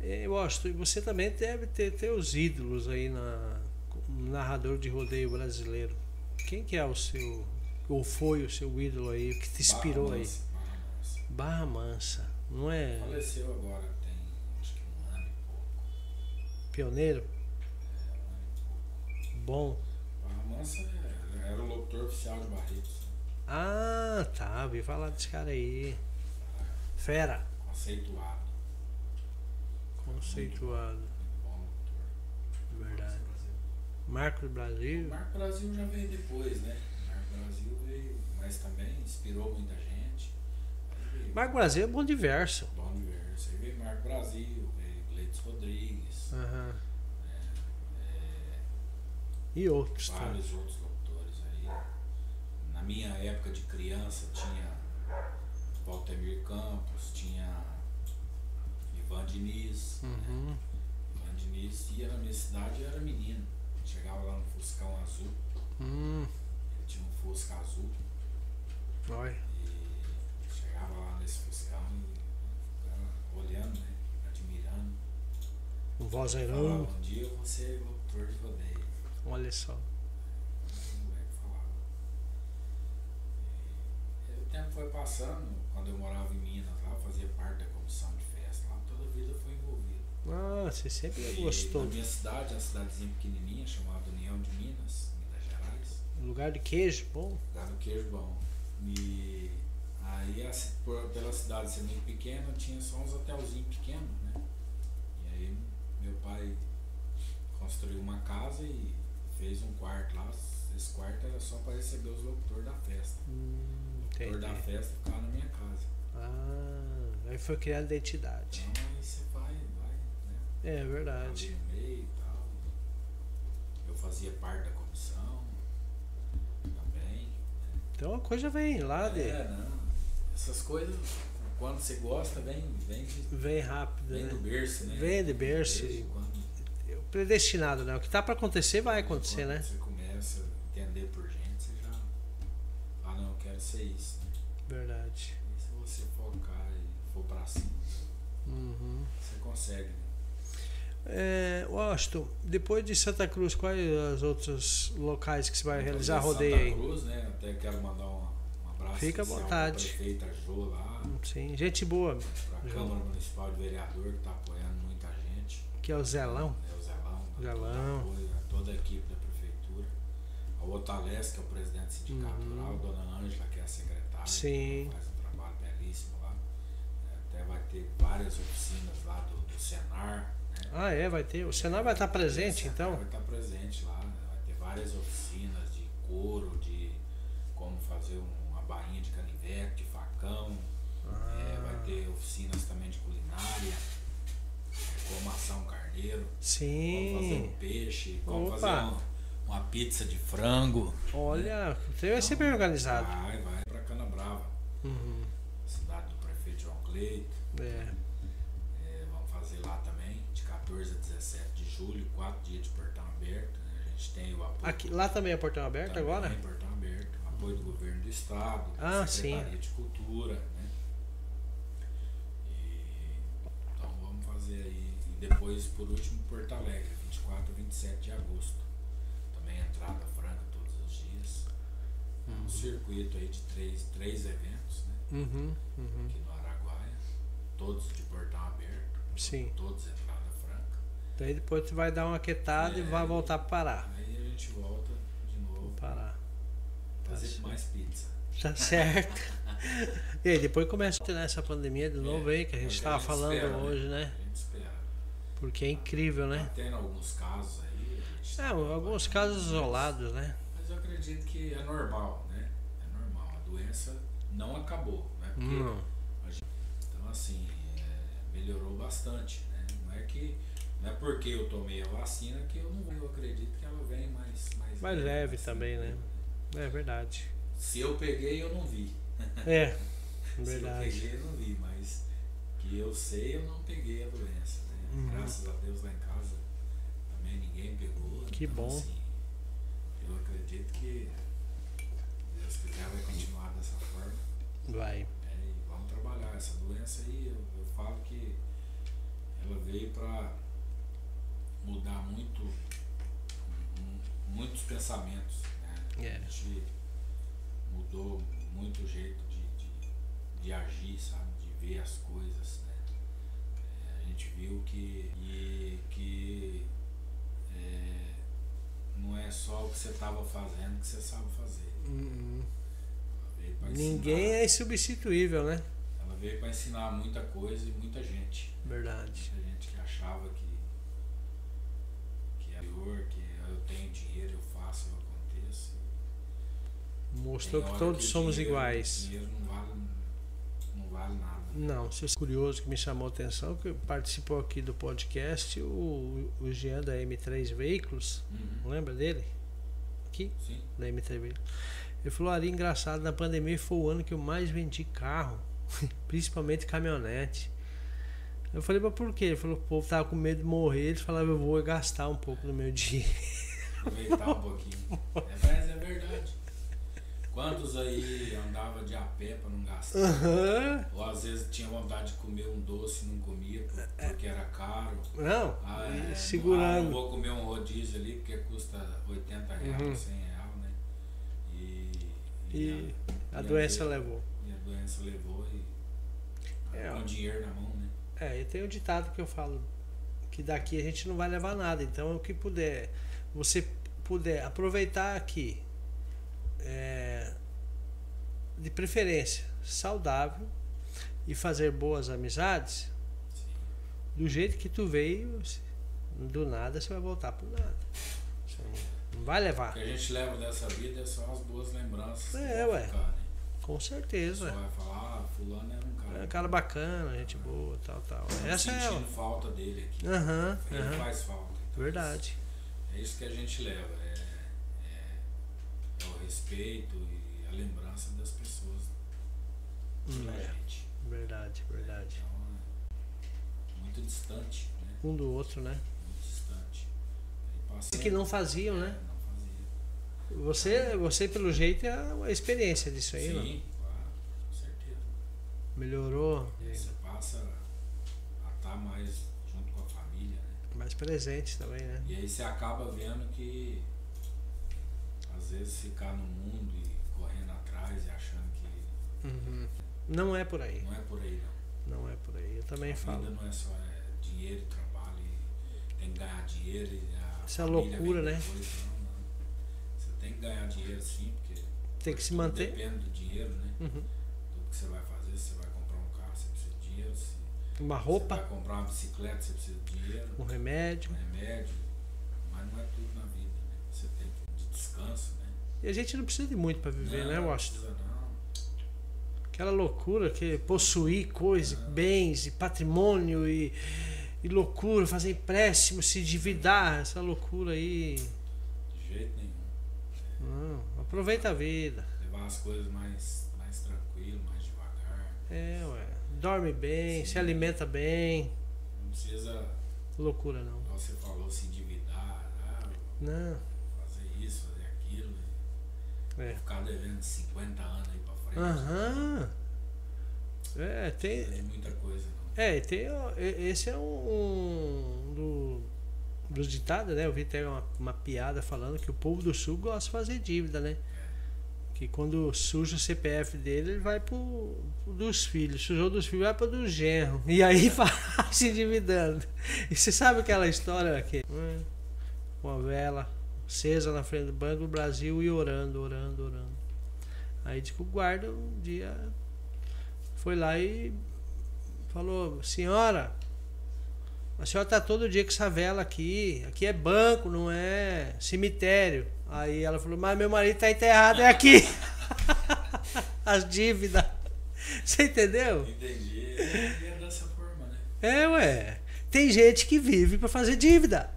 E, Washington, É, e você também deve ter, ter os ídolos aí na como narrador de rodeio brasileiro. Quem que é o seu ou foi o seu ídolo aí que te inspirou
Barra
aí?
Mansa,
Barra
Barra Mansa.
Mansa, não é
Faleceu agora, tem acho que um ano e pouco.
pioneiro?
É, um ano e pouco.
Bom.
Barra Mansa era, era o locutor oficial de Barretos. né?
Ah, tá, vi falar desse cara aí. Fera,
Conceituado.
conceituado,
muito Bom locutor.
verdade. Marco do
O
Brasil.
Marco Brasil já veio depois, né? O Marco Brasil veio, mas também inspirou muita gente. Aí veio
Marco Brasil é bom diverso.
Don Universo, aí veio Marco Brasil, veio Gleides Rodrigues,
Aham.
né? É,
E outros também.
vários outros locutores aí. Na minha época de criança tinha Valtemir Campos, tinha Ivan Diniz. né?
Uhum.
Ivan Diniz ia na minha cidade eu era menino. Chegava lá no Fuscão Azul,
Hum,
ele tinha um Fusca Azul
olha.
e chegava lá nesse Fuscão e ficava olhando, né? Admirando.
Um
Falava,
vozeirão.
um dia eu vou ser locutor de rodeio.
Olha só.
O moleque falava. E foi passando, quando eu morava em Minas lá, fazia parte da comissão de festa lá, toda a vida foi envolvido.
Ah, você sempre
E
gostou.
Na minha cidade, uma cidadezinha pequenininha chamada União de Minas, Minas Gerais,
Um Lugar de queijo, bom.
lá no queijo bom. E aí, a ci- por- pela cidade ser meio pequena, tinha só uns hotelzinhos pequenos, né? E aí, meu pai construiu uma casa e fez um quarto lá. Esse quarto era só para receber os locutores da festa.
Hum,
O locutor
entendi.
da festa ficava na minha casa.
Ah, aí foi criada a identidade.
Então, aí você vai, vai, né?
É
Ali
verdade.
no meio e tal. Eu fazia parte da comissão também.
Então a coisa vem lá de.
É, não. Essas coisas, quando você gosta, vem, vem, de-
Vem rápido,
vem
né?
do berço, né?
Vem de
do
berço.
quando,
Predestinado, né? O que tá pra acontecer vai acontecer,
quando
né?
Você começa a entender por gente, você já. Ah não, eu quero ser isso. Né?
Verdade.
E se você focar e for pra cima,
Uhum.
você consegue. né?
É, Washington, depois de Santa Cruz, quais os outros locais que você vai
Então,
realizar
em Santa
rodeio aí?
Cruz, né? Até quero mandar um, um abraço
Fica à
especial
vontade.
Pra prefeita Jo lá.
Sim, gente boa,
para a
Já.
Câmara Municipal de Vereador, que está apoiando muita gente.
que é o Zelão.
É o Zelão. dá
Zelão.
todo apoio, a toda a equipe da prefeitura. Ao Otalés, que é o presidente do sindicato
Uhum.
rural, Dona Ângela, que é a secretária.
Sim.
que Faz um trabalho belíssimo lá. É, Até vai ter várias oficinas lá do, do Senar. Né?
Ah, é, vai ter. O Senar vai estar presente,
O Senar Vai
então?
estar presente lá. né? Vai ter várias oficinas de couro, de como fazer um, uma bainha de canivete, de facão. É, vai
Ah,
ter oficinas também de culinária, como assar um carneiro, como fazer
sim.
um peixe, como
Opa.
fazer uma, uma pizza de frango. Então,
Olha, você vai ser bem é organizado.
Vai, vai pra Cana Brava,
Uhum.
cidade do prefeito João Cleito.
É.
É, vamos fazer lá também, de 14 a 17 de julho, quatro dias de portão aberto. né? A gente tem o apoio.
Aqui, lá também é portão aberto
também,
agora?
Portão Tá aberto, apoio do governo do estado, da
Ah, sim.
Secretaria de Cultura, né? E, então vamos fazer aí. E depois, por último, Porto Alegre, 24 e 27 de agosto. Também entrada franca todos os dias. É Um circuito aí de três, três eventos, né?
Uhum, uhum.
Aqui no Araguaia, todos de portão aberto,
Sim.
todos entrada franca.
Daí depois tu vai dar uma quietada e
É.
vai voltar pra parar.
Aí a gente volta de novo
Parar. tá
fazer
certo.
mais pizza.
Tá certo. e aí, depois começa né, essa pandemia de novo
É,
aí, que a
é o
gente
que a
estava
gente
falando
espera, né?
hoje, né?
A gente espera.
Porque é incrível, né?
Tá tendo alguns casos aí. a gente
É,
tá
alguns
trabalhando,
casos
mas-
isolados, né?
Mas eu acredito que é normal, né? É normal. A doença não acabou, né? Porque-
Não.
Então, assim, é, melhorou bastante, né? Não é que. Não é porque eu tomei a vacina que eu não eu acredito que ela vem mais. Mais,
Mais leve também,
tranquila,
né? É verdade.
Se eu peguei, eu não vi.
É,
Se eu
verdade.
peguei, eu não vi, mas que eu sei, eu não peguei a doença. Né?
Uhum.
Graças a Deus lá em casa também ninguém pegou.
Que
então,
bom.
assim, eu acredito que se Deus quiser vai continuar dessa forma.
Vai.
né? E vamos trabalhar. Essa doença aí, eu, eu falo que ela veio para mudar muito mu- muitos pensamentos. Né?
É.
A gente mudou muito o jeito de, de, de agir, sabe? De ver as coisas, né? É, a gente viu que, e- que é, não é só o que você estava fazendo que você sabe fazer. Uhum.
Hum, hum.
Ela veio pra
Ninguém
ensinar.
é insubstituível, né?
Ela veio para ensinar muita coisa e muita gente.
Verdade.
Muita gente que achava que, que é pior, que eu tenho dinheiro, eu faço, eu aconteço.
Mostrou
Tem
que
hora né?
todos
o
somos
dinheiro- O
iguais.
dinheiro não vale, não vale nada.
Não, se curioso que me chamou a atenção, que participou aqui do podcast, o, o Jean da M3 Veículos,
Uhum.
lembra dele? Aqui?
Sim.
da MTV. Ele falou ali, engraçado, na pandemia foi o ano que eu mais vendi carro, principalmente caminhonete. Eu falei, mas por quê? Ele falou, o povo tava com medo de morrer, eles falavam, eu vou gastar um pouco do meu dinheiro.
Aproveitar um pouquinho. É, mas é verdade. Quantos aí andava de a pé pra não gastar?
Aham.
Ou às vezes tinha vontade de comer um doce e não comia por- porque era caro.
Não,
Ah,
e
é, ah, não
segurando.
vou comer um rodízio ali porque custa 80 reais,
Uhum.
100 reais, né? E,
E
a,
a
e às
doença
vezes-
levou.
E e a doença levou e
É,
com
ó.
dinheiro na mão, né?
É, eu tenho um ditado que eu falo que daqui a gente não vai levar nada. Então, o que puder, você puder aproveitar aqui, é, de preferência saudável e fazer boas amizades,
Sim.
do jeito que tu veio, se- do nada você vai voltar pro nada. Você não- Não vai
O
levar,
que a gente leva dessa vida é só as boas lembranças. que
É,
vão
ué.
Ficar, né?
com
Só
certeza.
vai falar, ah, fulano era um cara.
É um cara bacana, gente boa, tal, tal.
Estamos
Essa é
sentindo
ela.
falta dele aqui.
Aham,
Ele
aham.
faz falta. então
Verdade.
É isso que a gente leva. É, é- é o respeito e a lembrança das pessoas pela
É,
gente.
verdade, verdade.
Então, é muito distante, né?
Um do outro, né?
Muito distante. Aí passa-
que não faziam,
É,
né?
Não fazia.
Você, você pelo jeito, é a experiência disso aí, né?
Sim, claro, com certeza.
Melhorou,
Você passa a estar mais junto com a família, né?
mais presente também, né?
E aí você acaba vendo que às vezes ficar no mundo e correndo atrás e achando que
Não é por aí,
não é por aí não.
não é por aí. Eu também
a
falo.
vida não é só é, dinheiro, trabalho, e tem que ganhar dinheiro e a
Isso é
família
loucura,
vem
né?
depois, não, não. Você tem que ganhar dinheiro sim, porque
Tem que se
tudo
manter.
depende do dinheiro, né?
Uhum.
Tudo que você vai fazer, se você vai comprar um carro, você precisa de dinheiro, se
Uma
você
roupa,
vai comprar uma bicicleta, você precisa de dinheiro.
um
um
remédio.
remédio, mas não é tudo na vida, né? Você tem que de descanso, né?
E a gente não precisa de muito pra viver, né, Washington?
Não, precisa não.
Aquela loucura que possuir coisas, bens e patrimônio e, e loucura, fazer empréstimo, se endividar, essa loucura aí.
de jeito nenhum.
Não, aproveita a vida.
Levar as coisas mais, mais tranquilo, mais devagar.
É, ué. Dorme bem,
Sim.
se alimenta bem.
Não precisa,
Loucura não.
igual você falou, se endividar, ah,
Não,
fazer isso, fazer aquilo, né?
é.
ficar devendo 50 anos aí pra frente.
Aham. É,
Não precisa
tem.
de muita coisa, não.
É, tem. ó, e- Esse é um. um do- dos ditados, né? Eu vi até uma, uma piada falando que o povo do sul gosta de fazer dívida, né? Que quando suja o CPF dele, ele vai pro, pro dos filhos. Sujou dos filhos, vai pro do genro. E aí vai se endividando. E você sabe aquela história que hum, uma vela acesa na frente do Banco do Brasil e orando, orando, orando. Aí diz que o guarda um dia foi lá e falou, senhora, a senhora tá todo dia com essa vela aqui, aqui é banco, não é cemitério. Aí ela falou, mas meu marido tá enterrado, é aqui. As dívidas. Você entendeu?
Entendi. E é dessa forma, né?
É, ué. Tem gente que vive pra fazer dívida.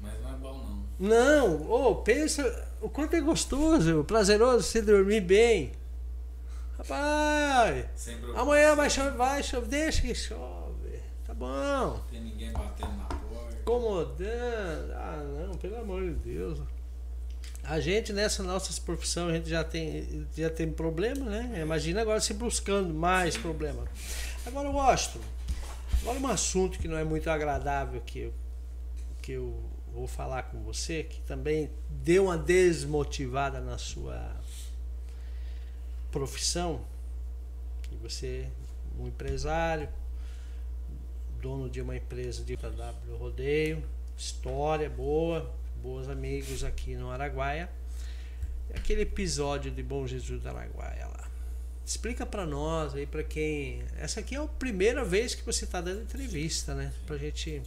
Mas não é bom, não.
Não, ô, pensa o quanto é gostoso, prazeroso você dormir bem. Rapaz,
Sem preocupação.
amanhã vai chover, vai chover, deixa que chove. Tá bom.
Tem ninguém batendo na porta.
Incomodando. Ah, não, pelo amor de Deus. A gente nessa nossa profissão, a gente já tem, já tem problema, né? Imagina agora se buscando mais problema. Agora, Washington, agora um assunto que não é muito agradável que eu, que eu vou falar com você, que também deu uma desmotivada na sua profissão, e você, um empresário, dono de uma empresa de W Rodeio, história boa, bons amigos aqui no Araguaia. E Aquele episódio de Bom Jesus do Araguaia lá. Explica pra nós aí, pra quem. Essa aqui é a primeira vez que você tá dando entrevista, né? Pra gente.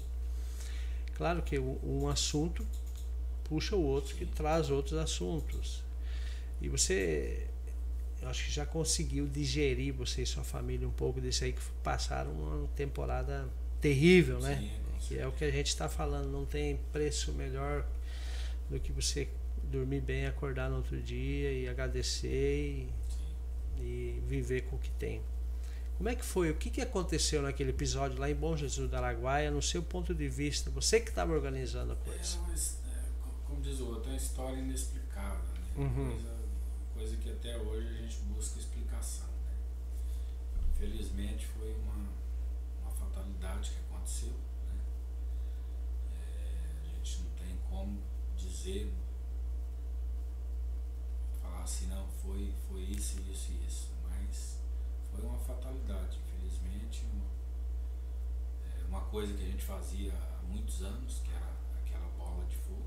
Claro que um um assunto puxa o outro, que traz outros assuntos. E você eu acho que já conseguiu digerir você e sua família um pouco disso aí que passaram uma temporada terrível, né?
Sim, com
que é o
certeza.
que a gente está falando, não tem preço melhor do que você dormir bem, acordar no outro dia e agradecer e,
Sim.
e viver com o que tem. Como é que foi? O que, que aconteceu naquele episódio lá em Bom Jesus do Araguaia, no seu ponto de vista? Você que estava organizando a coisa.
É, mas, é, co- como diz o outro, é uma história inexplicável, né?
Uhum.
Coisa, coisa que até hoje a gente busca explicação, né? Infelizmente foi uma, uma fatalidade que aconteceu, né? É, a gente não tem como dizer, falar assim, não, foi, foi isso, isso e isso, mas é, coisa que a gente fazia há muitos anos, que era aquela bola de fogo,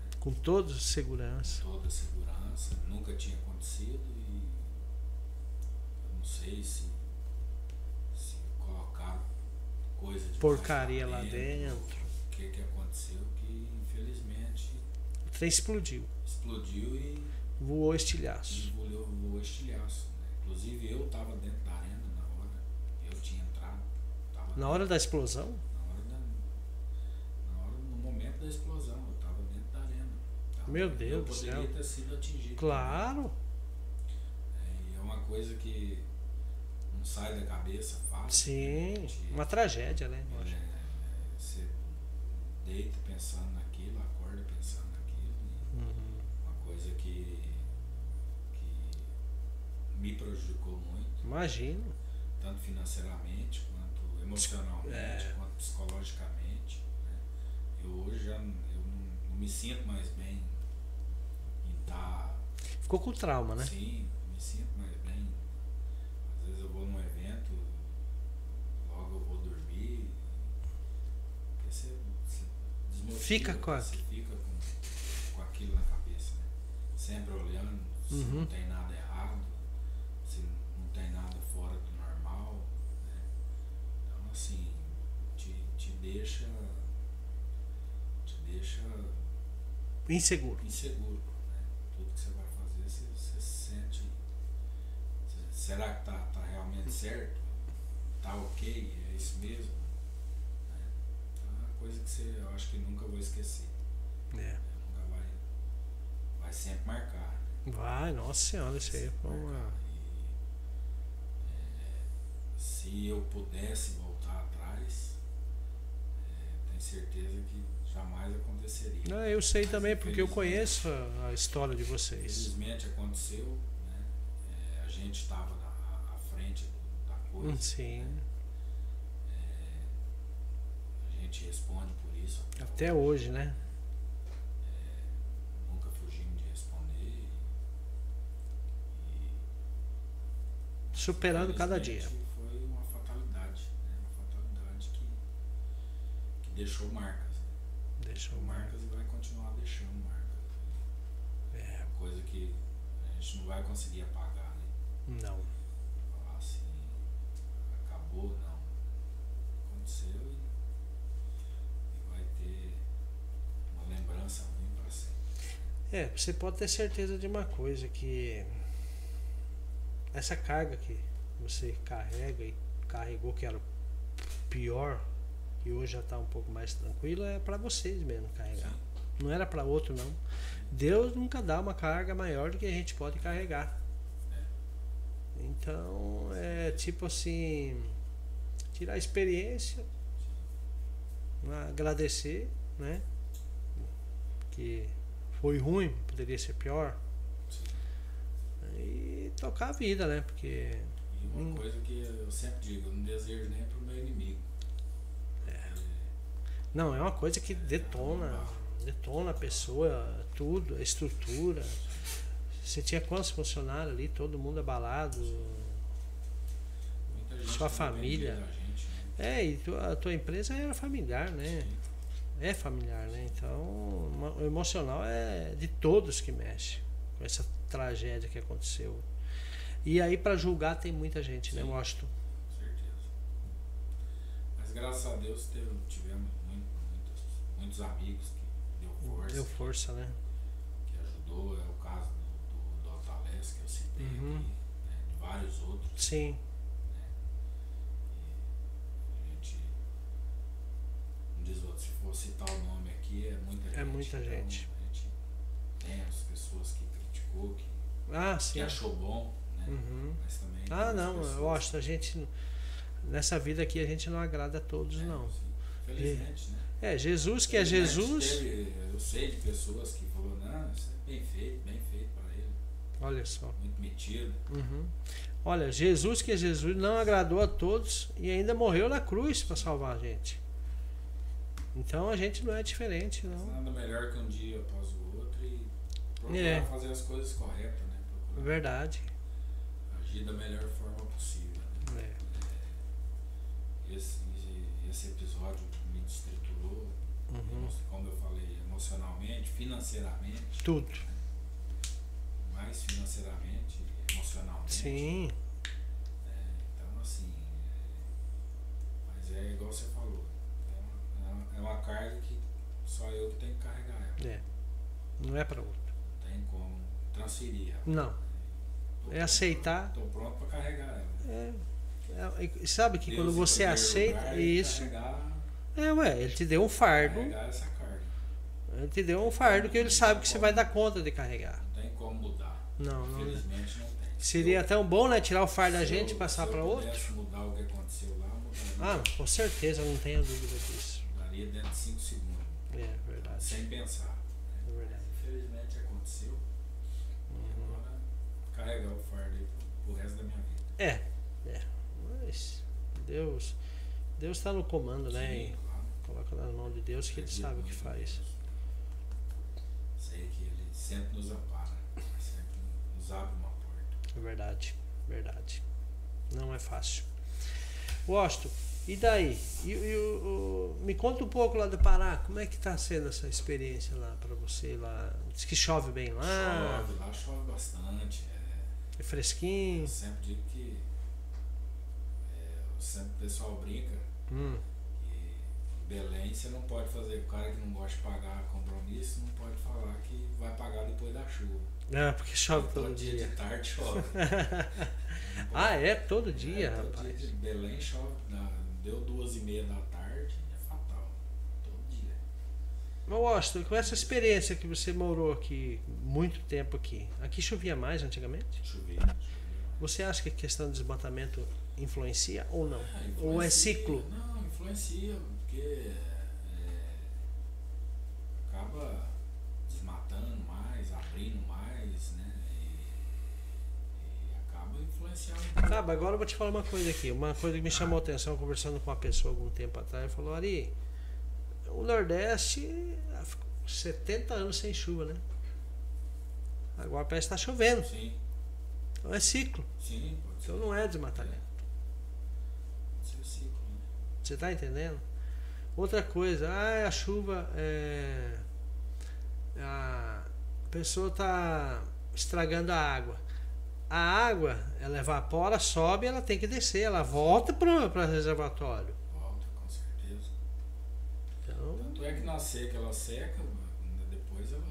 né?
Com toda segurança.
com toda a segurança, nunca tinha acontecido e eu não sei se, se colocaram coisa de
Porcaria lá dentro.
O que, que aconteceu que infelizmente
O trem explodiu.
explodiu e
Voou estilhaço.
Envolveu o estilhaço. Né? Inclusive eu estava dentro da arena na hora. Eu tinha entrado. tava
Na hora da explosão?
dentro, na hora da- na hora- no momento da explosão. Eu estava dentro da arena. Tava-
Meu Deus
Eu
do
poderia
céu.
ter sido atingido.
Claro.
É, e é uma coisa que não sai da cabeça fácil. né?
Sim. Uma tragédia, né? Eu
É,
acho.
é, você deita pensando naquilo, acorda pensando naquilo. e-
Uhum.
uma coisa que, que me prejudicou muito,
Imagino.
tanto financeiramente, quanto emocionalmente,
É.
quanto psicologicamente. né? Eu hoje já n- eu não, não me sinto mais bem em estar.
Ficou com trauma, né?
Sim, me sinto mais bem. Às vezes eu vou num evento, logo eu vou dormir. Porque você, você desmotiva,
Fica com a-
Você fica com, com aquilo na cabeça, né? Sempre olhando, se
Uhum.
não tem nada errado, se não tem nada fora do normal, né? Então assim, te, te deixa. Te deixa
Inseguro.
inseguro. Né? Tudo que você vai fazer, você, você se sente. se- Será que tá, tá realmente certo? Tá ok? É isso mesmo? Né? Então, é uma coisa que você, eu acho que nunca vou esquecer.
É.
né? Nunca vai. Vai sempre marcar. né?
Vai, nossa senhora, isso aí é né? foi uma.
E, é, se eu pudesse voltar atrás, é, tenho certeza que jamais aconteceria.
Ah, eu sei também, porque eu conheço a a história de vocês.
Infelizmente aconteceu, né? É, a gente estava na- à frente do- da coisa.
Hum, Sim.
É, a gente responde por isso.
Até hoje, né?
É, nunca fugimos de responder. E, e,
Superando cada dia.
infelizmente, Foi uma fatalidade, né? Uma fatalidade que, que deixou marcas. né?
Deixa eu marcar.
Marcas e vai continuar deixando marcas. né?
É,
Coisa que a gente não vai conseguir apagar, né?
não.
falar assim, acabou, não. Aconteceu e, e vai ter uma lembrança ruim pra sempre.
É, você pode ter certeza de uma coisa, que essa carga que você carrega e carregou que era pior e hoje já tá um pouco mais tranquila é pra vocês mesmo carregar.
Sim.
Não era pra outro não. Deus nunca dá uma carga maior do que a gente pode carregar. Então, é tipo assim, tirar a experiência, agradecer, né? Que foi ruim, poderia ser pior. né?
Sim.
E tocar a vida, né? Porque
E uma
Hum.
coisa que eu sempre digo, eu não desejo nem pro meu inimigo. É.
não, é uma coisa que detona, detona a pessoa, tudo, a estrutura. Você tinha quantos funcionários ali, todo mundo abalado.
Muita gente
Sua
que
família.
dependia da gente, né?
É, e tua- a tua empresa era familiar, né?
Sim.
é familiar, né? Então, ma- o emocional é de todos que mexe com essa tragédia que aconteceu. E aí, pra julgar, tem muita gente, né,
Sim.
Washington?
certeza. Mas graças a Deus teve, tivemos muito, muitos, muitos amigos que deu força.
Deu força, né?
que ajudou, é o caso do, do, do Altalés, que eu citei
Uhum.
aqui, né, de vários outros.
Sim,
E a gente, não diz outro, se for citar o nome aqui, é muita gente.
É muita
Então,
gente.
a gente tem as pessoas que criticou, que,
ah,
que
sim.
achou bom, né?
Uhum.
Mas também. tem
Ah,
as
não,
pessoas-
Washington, a gente, n- nessa vida aqui, a gente não agrada a todos,
É,
não.
sim. Felizmente, né?
É, Jesus, que é
Felizmente
Jesus,
teve- eu sei de pessoas que falaram, não, isso é bem feito, bem feito para ele,
olha só.
muito metido.
Uhum. Olha, Jesus, que é Jesus, não agradou a todos e ainda morreu na cruz pra salvar a gente. Então, a gente não é diferente, não.
Nada melhor que um dia após o outro e procurar
É.
fazer as coisas corretas, né? Procurar
Verdade.
agir da melhor forma possível. Né?
É.
É, esse, Esse episódio me destritulou,
Uhum.
emo- como eu falei, emocionalmente, financeiramente,
Tudo.
mais financeiramente, emocionalmente.
Sim.
É, então, assim. é, mas é igual você falou. É uma, é uma- é uma carga que só eu que tenho que carregar ela.
É. Não é pra outro.
Não tem como transferir ela.
Não.
Tô
É aceitar.
Estou pronto para carregar ela.
É, é, e sabe que
Deus
quando
em
você
primeiro
aceita
lugar,
isso.
Carregar,
É, ué, ele te deu um fardo.
carregar essa carga.
Ele te deu um fardo que ele sabe que você vai dar conta de carregar.
Não tem como mudar.
Não, não.
Infelizmente não tem.
Ah. Seria tão bom, né? Tirar o fardo da
Se eu-
gente e passar
se eu
pra outro.
pudesse mudar o que aconteceu lá, eu mudaria,
Ah, com certeza, não tenha dúvida disso.
mudaria dentro de 5 segundos,
É verdade.
sem pensar. né?
É verdade. Uhum.
Infelizmente aconteceu. E agora carregar o fardo aí pro, pro resto da minha vida.
É, é. Mas Deus, Deus está no comando, né? E
Sim, claro.
coloca na mão de Deus que ele
Acredito
sabe o
muito
que
em
faz.
Deus. Sei que ele sempre nos ampara, sempre nos abre uma porta.
É verdade, verdade. Não é fácil. Gosto. E daí? E, e o- o- me conta um pouco lá do Pará, como é que tá sendo essa experiência lá para você lá? Diz que chove bem lá,
Chove lá, chove bastante. é,
é fresquinho.
Eu sempre digo que é, eu sempre o pessoal brinca
Hum,
que em Belém você não pode fazer, o cara que não gosta de pagar compromisso não pode falar que vai pagar depois da chuva. Então,
É, porque chove todo dia.
de tarde chove. Não
ah,
pode.
é? Todo dia,
todo
rapaz.
dia de Belém chove, na- deu duas e meia da tarde, é fatal. Todo dia.
Mas Washington, com essa experiência que você morou aqui muito tempo aqui, aqui chovia mais antigamente?
Chovendo, chovendo.
Você acha que a questão do desmatamento influencia ou não?
Ah,
ou é
influencia.
ciclo?
Não, influencia, porque é, acaba desmatando mais, abrindo mais, né? E, e acaba influenciando.
Sabe, agora eu vou te falar uma coisa aqui, uma coisa que me chamou a atenção conversando com uma pessoa algum tempo atrás, ela falou, Ari, o Nordeste ah, ficou 70 anos sem chuva, né? Agora parece que está chovendo.
Sim,
Então é ciclo.
sim, pode ser.
Então não é desmatamento.
Pode ser o ciclo, né?
Você está entendendo? Outra coisa, ah, a chuva é. A pessoa está estragando a água. A água, ela evapora, sobe, ela tem que descer, ela volta para o reservatório.
Volta, com certeza.
Então,
Tanto é que na seca ela seca, mas depois ela,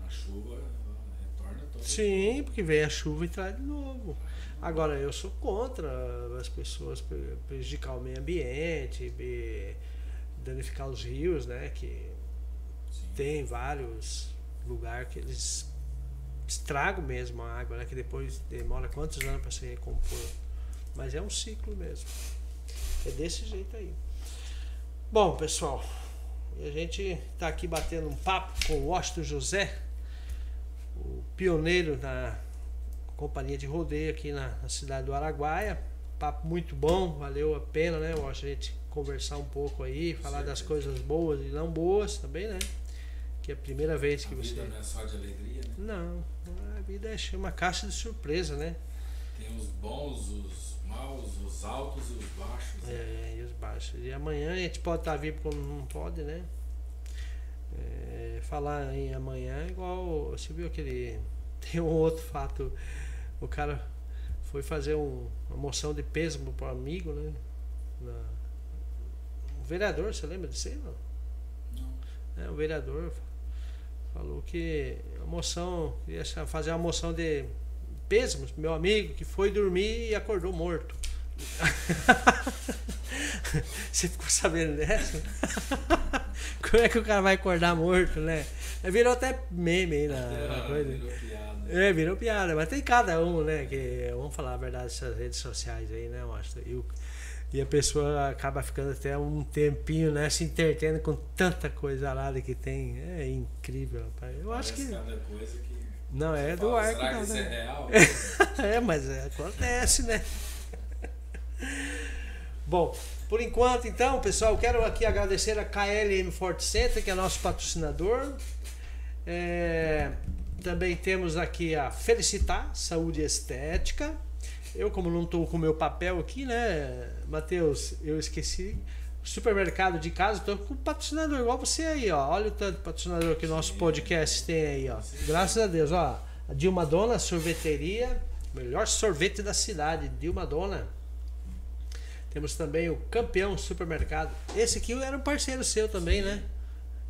na chuva, ela retorna toda.
sim, porque vem a chuva e traz de novo. Agora, eu sou contra as pessoas pre- prejudicar o meio ambiente, be- danificar os rios, né? Que
Sim.
tem vários lugares que eles estragam mesmo a água, né? Que depois demora quantos anos para se recompor. Mas é um ciclo mesmo. É desse jeito aí. Bom, pessoal, e a gente tá aqui batendo um papo com o Washington José, o pioneiro na companhia de rodeio aqui na, na cidade do Araguaia. Papo muito bom, valeu a pena, né, Washington? A gente conversar um pouco aí, falar das
certeza.
coisas boas e não boas também, né? Que é a primeira vez que
A
você.
vida não é só de alegria, né?
Não, a vida é cheia- uma caixa de surpresa, né?
Tem os bons, os maus, os altos e os baixos. né?
É, e os baixos. E amanhã a gente pode estar vivo como não pode, né? É, falar em amanhã é igual. Você viu aquele. Tem um outro fato. O cara foi fazer um- uma moção de pêsamo para amigo, né? Na- o vereador, você lembra disso aí, não?
Não.
né, o vereador falou que a moção ia cha- fazer uma moção de pêsames pro meu amigo que foi dormir e acordou morto. Você ficou sabendo dessa? Como é que o cara vai acordar morto, né? Virou até meme aí na, na
Ah,
É, coisa.
virou piada.
É, virou piada, mas tem cada um, né? Que, vamos falar a verdade, essas redes sociais aí, né, Washington? E, o- e a pessoa acaba ficando até um tempinho, né? Se entretendo com tanta coisa alada que tem. É incrível, rapaz. Eu acho
Parece
que.
cada coisa que.
Não, é
Fala,
do arco,
Será que
não,
isso é
né?
real?
É, mas é, acontece, né? Bom, por enquanto, então, pessoal, quero aqui agradecer a KLM Forte Center, que é nosso patrocinador. É, também temos aqui a Felicitar Saúde Estética. Eu, como não estou com o meu papel aqui, né, Matheus, eu esqueci. supermercado de casa, tô com patrocinador igual você aí, ó. Olha o tanto de patrocinador que o nosso
Sim.
podcast tem aí, ó. Graças a Deus, ó. A Dilma Dona Sorveteria, melhor sorvete da cidade, Dilma Dona. Temos também o Campeão Supermercado. Esse aqui era um parceiro seu também,
Sim.
né?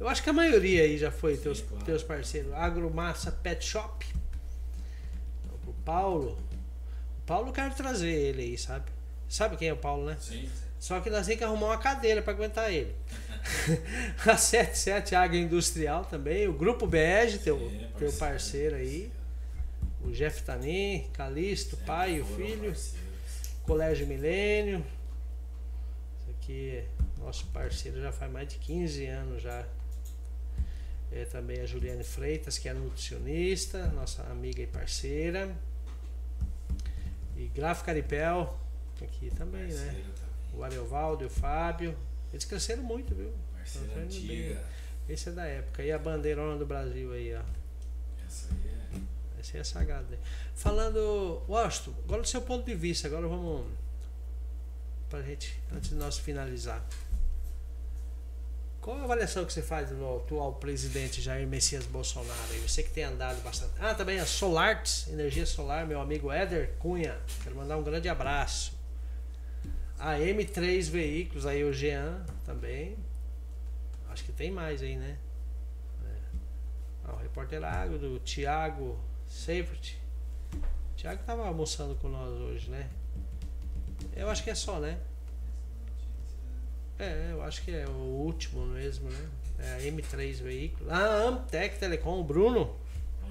Eu acho que a maioria aí já foi teus,
claro.
teus parceiros. Agromassa Pet Shop. Então, pro Paulo. O Paulo eu quero trazer ele aí, sabe? Sabe quem é o Paulo, né?
Sim.
Só que nós temos que arrumar uma cadeira para aguentar ele. a 77 Água Industrial também, o Grupo BEG, teu,
É,
teu parceiro aí, o Jeff Tanin, Calixto,
Sempre
pai, o
É, foram
filho,
parceiros.
Colégio Milênio. Isso aqui é nosso parceiro já faz mais de 15 anos já. É, também a Juliane Freitas, que é nutricionista, nossa amiga e parceira. E Gráfica Aripel, aqui também, né?
Parceiro também.
O Ariovaldo e o Fábio. Eles cresceram muito, viu?
Parceira
Tá vendo bem.
antiga.
Esse é da época. E a bandeirona do Brasil aí, ó.
Essa aí é.
Esse aí é sagrado. Né? Falando, Washington, agora do seu ponto de vista, agora vamos. Pra gente, antes de nós finalizar. Qual a avaliação que você faz do atual presidente Jair Messias Bolsonaro? aí? Você que tem andado bastante. Ah, também a Solarts, Energia Solar, meu amigo Éder Cunha. Quero mandar um grande abraço. A M3 Veículos, aí o Jean também. Acho que tem mais aí, né? Ah, o repórter Agro, do Thiago Seifert. O Thiago tava almoçando com nós hoje, né? Eu acho que é só, né? É, eu acho que é o último mesmo, né? É a M3 Veículo. Ah, Amtec Telecom, o Bruno.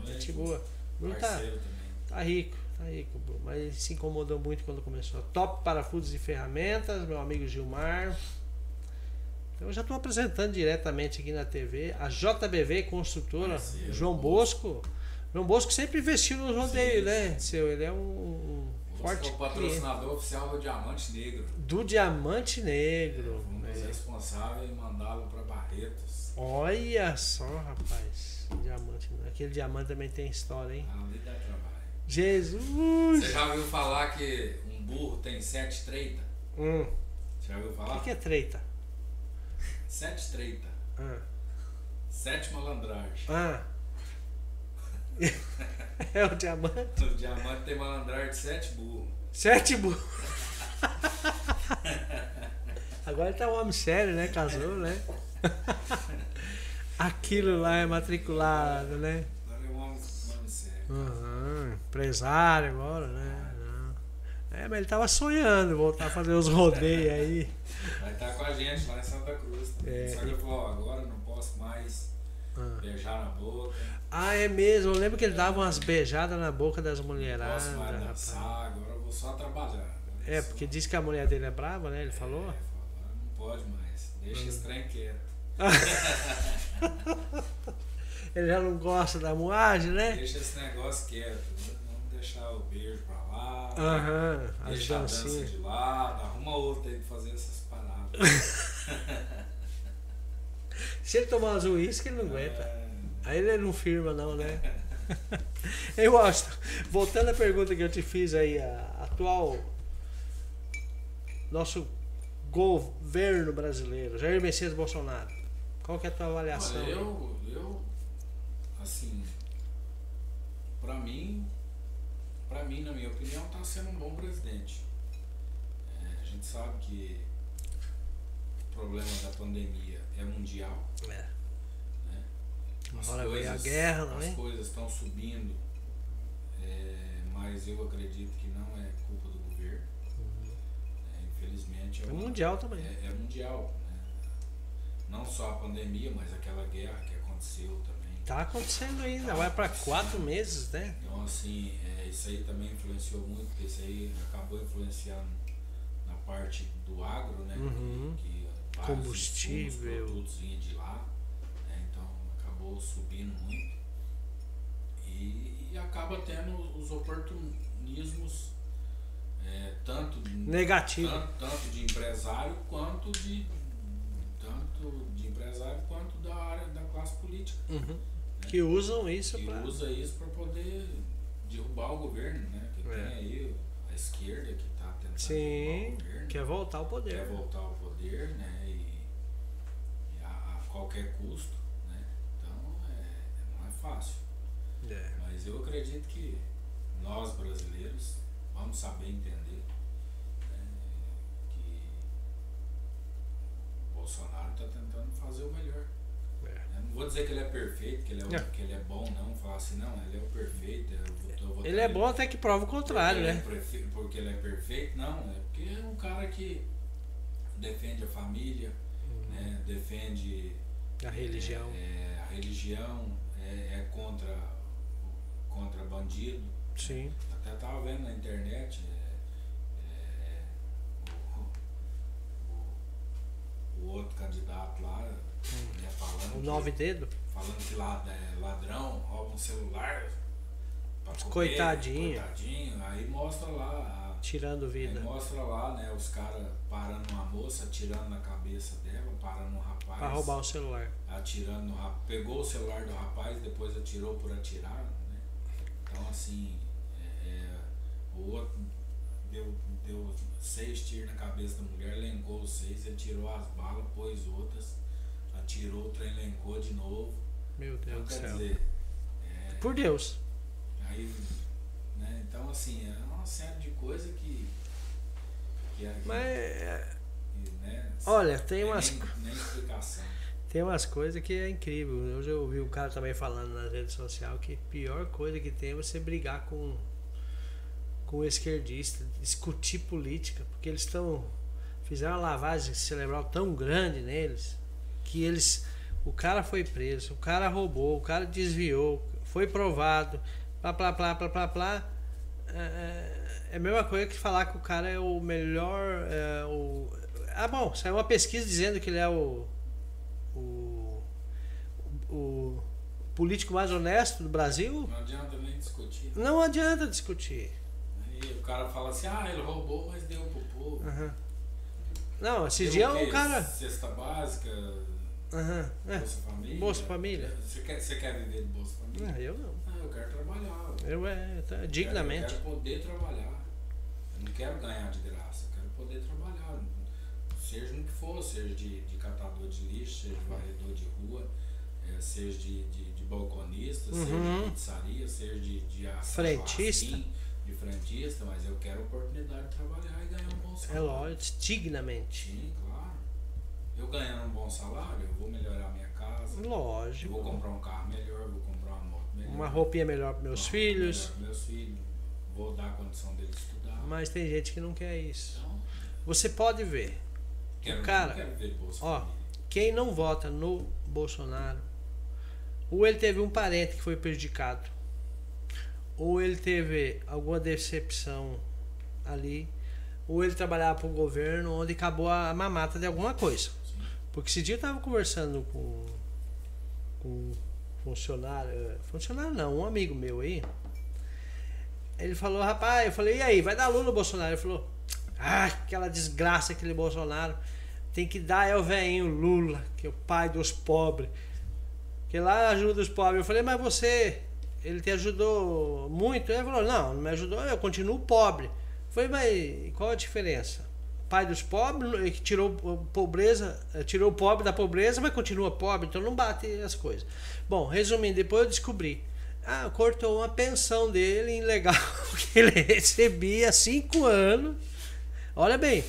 Gente boa. O Bruno tá,
Parceiro também.
tá rico, tá rico, Bruno. Mas ele se incomodou muito quando começou. Top Parafusos e Ferramentas, meu amigo Gilmar. Então eu já estou apresentando diretamente aqui na TV a JBV Construtora,
Parceiro,
João Bosco. João Bosco sempre investiu nos rodeios, né? Seu, ele é um, um
Você
forte
é o
cliente
patrocinador oficial do Diamante Negro.
do Diamante Negro.
Um dos
né?
responsáveis em mandá-lo para Barretos.
Olha só, rapaz. Diamante, aquele diamante também tem história, hein?
Ah, dá trabalho.
Jesus!
Você já ouviu falar que um burro tem sete treita?
Hum.
Você já ouviu
O
falar?
que, é? que é treta?
Sete treita.
Ah.
Sete malandragem.
Ah. é o diamante?
O diamante tem malandragem de sete burros.
Sete burros. Agora ele tá um homem sério, né? Casou, né? Aquilo lá é matriculado, né?
Agora é um homem, um homem sério.
Aham, empresário agora, né? Não. É, mas ele tava sonhando voltar a fazer os rodeios aí.
Vai estar com a gente lá em Santa Cruz. Tá?
É.
Só que ele falou, ó, agora eu não posso mais
Ah.
beijar na boca,
Ah, é mesmo. Eu lembro que ele dava umas beijadas na boca das
não
mulheradas,
posso mais
rapaz.
dançar, agora eu vou só trabalhar. Agora
É,
só-
porque diz que a mulher dele é brava, né? Ele falou. Hum.
É, falou, agora não pode mais, deixa esse trem quieto.
Ele já não gosta da moagem, né?
Deixa esse negócio quieto. Vamos deixar o beijo pra lá.
Aham, as
Deixa a dança
dancinhas.
de lado, arruma outra aí pra fazer essas paradas.
Se ele tomar as uísque, ele não aguenta.
É,
Aí ele não firma, não, né? Eu gosto. Voltando à pergunta que eu te fiz aí, a atual. Nosso governo brasileiro, Jair Messias Bolsonaro. Qual que é a tua
Olha,
avaliação?
eu, eu, assim, pra mim, pra mim, na minha opinião, tá sendo um bom presidente. É, a gente sabe que o problema da pandemia é mundial,
É.
né?
Agora veio a guerra, não é?
As coisas estão subindo, é, mas eu acredito que não é culpa do governo. É, infelizmente é
É
uma-
Uhum. mundial também.
é, é mundial, né? Não só a pandemia, mas aquela guerra que aconteceu também.
Tá acontecendo ainda, vai pra quatro meses, né?
Então, assim, é, isso aí também influenciou muito, porque isso aí acabou influenciando na parte do agro, né?
Uhum.
Que, que vários
Combustível.
insumos, produtos vinham de lá, né? Então, acabou subindo muito. E, e acaba tendo os oportunismos, é, tanto
Negativo.
tanto, tanto de empresário quanto de tanto de empresário quanto da área da classe política
Uhum. Que usam isso é
que
pra.
usa isso para poder derrubar o governo né que
É.
tem aí a esquerda que está tentando derrubar
Sim, é
o governo
quer voltar ao
quer
poder.
voltar ao poder né e qualquer custo, né? Então é, não é fácil.
É.
Mas eu acredito que nós brasileiros vamos saber entender né, que o Bolsonaro está tentando fazer o melhor.
É.
né? Não vou dizer que ele é perfeito, que ele é, o-
É.
Que ele é bom, não. Falar assim, não, ele é o perfeito. Eu vou, eu vou
Ele é bom até que prova o contrário,
porque ele
né?
é perfe- Porque ele é perfeito, não. É porque é um cara que defende a família, né, defende
A religião.
é, a religião é, é contra, contra bandido.
Sim.
Até tava vendo na internet é, é, o, o- o outro candidato lá né, falando,
O
que-
nove dedo.
falando que lad- é, ladrão rouba um celular. pra comer,
Coitadinho.
coitadinho. Aí mostra lá. a-
Tirando
Aí
vida.
mostra lá, né, os caras parando uma moça, atirando na cabeça dela, parando um rapaz.
Pra roubar o celular.
atirando no rapaz. Pegou o celular do rapaz, depois atirou por atirar, né? Então assim, é, é, o outro deu, deu seis tiros na cabeça da mulher, lengou os seis, atirou as balas, pôs outras, atirou, o trem lengou de novo.
Meu
Então
Deus do
quer
céu.
dizer, é,
Por Deus.
aí, né, então assim, é uma série de coisas que. que, que
Mas, é,
que, né,
olha, tem
nem-
umas,
nem explicação.
tem umas coisas que é incrível. Hoje eu ouvi um cara também falando nas redes sociais que a pior coisa que tem é você brigar com com o esquerdista, discutir política, porque eles estão fizeram uma lavagem cerebral tão grande neles que eles o cara foi preso, o cara roubou, o cara desviou, foi provado, plá plá plá plá plá plá. É, é a mesma coisa que falar que o cara é o melhor. é, o... Ah, bom, saiu uma pesquisa dizendo que ele é o, o, o político mais honesto do Brasil.
Não adianta nem discutir. né?
Não adianta discutir.
Aí o cara fala assim, ah, ele roubou, mas deu pro povo.
Aham. Não,
Deu
esses dias
o quê?
o é um cara.
Cesta básica,
Aham, é.
Bolsa Família.
Bolsa Família. É.
Você quer, você quer viver de Bolsa Família?
Não, eu não.
Ah, eu quero trabalhar. eu
Eu é tá,
quero- Eu
dignamente.
quero poder trabalhar. Eu não quero ganhar de graça, eu quero poder trabalhar. Seja no que for, seja de, de catador de lixo, seja de varredor de rua, eh, seja de, de, de balconista, seja
Uhum.
de pizzaria, seja de, de a-
Frentista.
churrasquinho, de frentista, mas eu quero a oportunidade de trabalhar e ganhar um bom
É
salário.
lógico, dignamente.
Sim, claro. Eu ganhando um bom salário, eu vou melhorar minha casa, eu vou
Lógico.
comprar um carro melhor, vou comprar uma moto melhor.
Uma roupinha melhor para meus
uma
filhos.
melhor pros meus filhos, vou dar a condição deles estudar.
Mas tem gente que não quer isso.
Então,
Você pode ver.
quero,
cara,
quero ver Bolsa
ó,
Família.
Quem não vota no Bolsonaro, ou ele teve um parente que foi prejudicado, ou ele teve alguma decepção ali, ou ele trabalhava para o governo onde acabou a mamata de alguma coisa.
Sim.
Porque esse dia eu tava conversando com, com um funcionário. eh, Funcionário não, um amigo meu aí. Ele falou, rapaz, eu falei, e aí, vai dar Lula ou Bolsonaro? Ele falou, ah, aquela desgraça, aquele Bolsonaro. Tem que dar é o velhinho Lula, que é o pai dos pobres. Que lá ajuda os pobres. Eu falei, mas você, ele te ajudou muito? Ele falou, não, não me ajudou, eu continuo pobre. Eu falei, mas qual a diferença? Pai dos pobres, eh, que tirou po- pobreza, eh, tirou o pobre da pobreza, mas continua pobre, então não bate as coisas. Bom, resumindo, depois eu descobri. Ah, cortou uma pensão dele ilegal que ele recebia há cinco anos. Olha bem,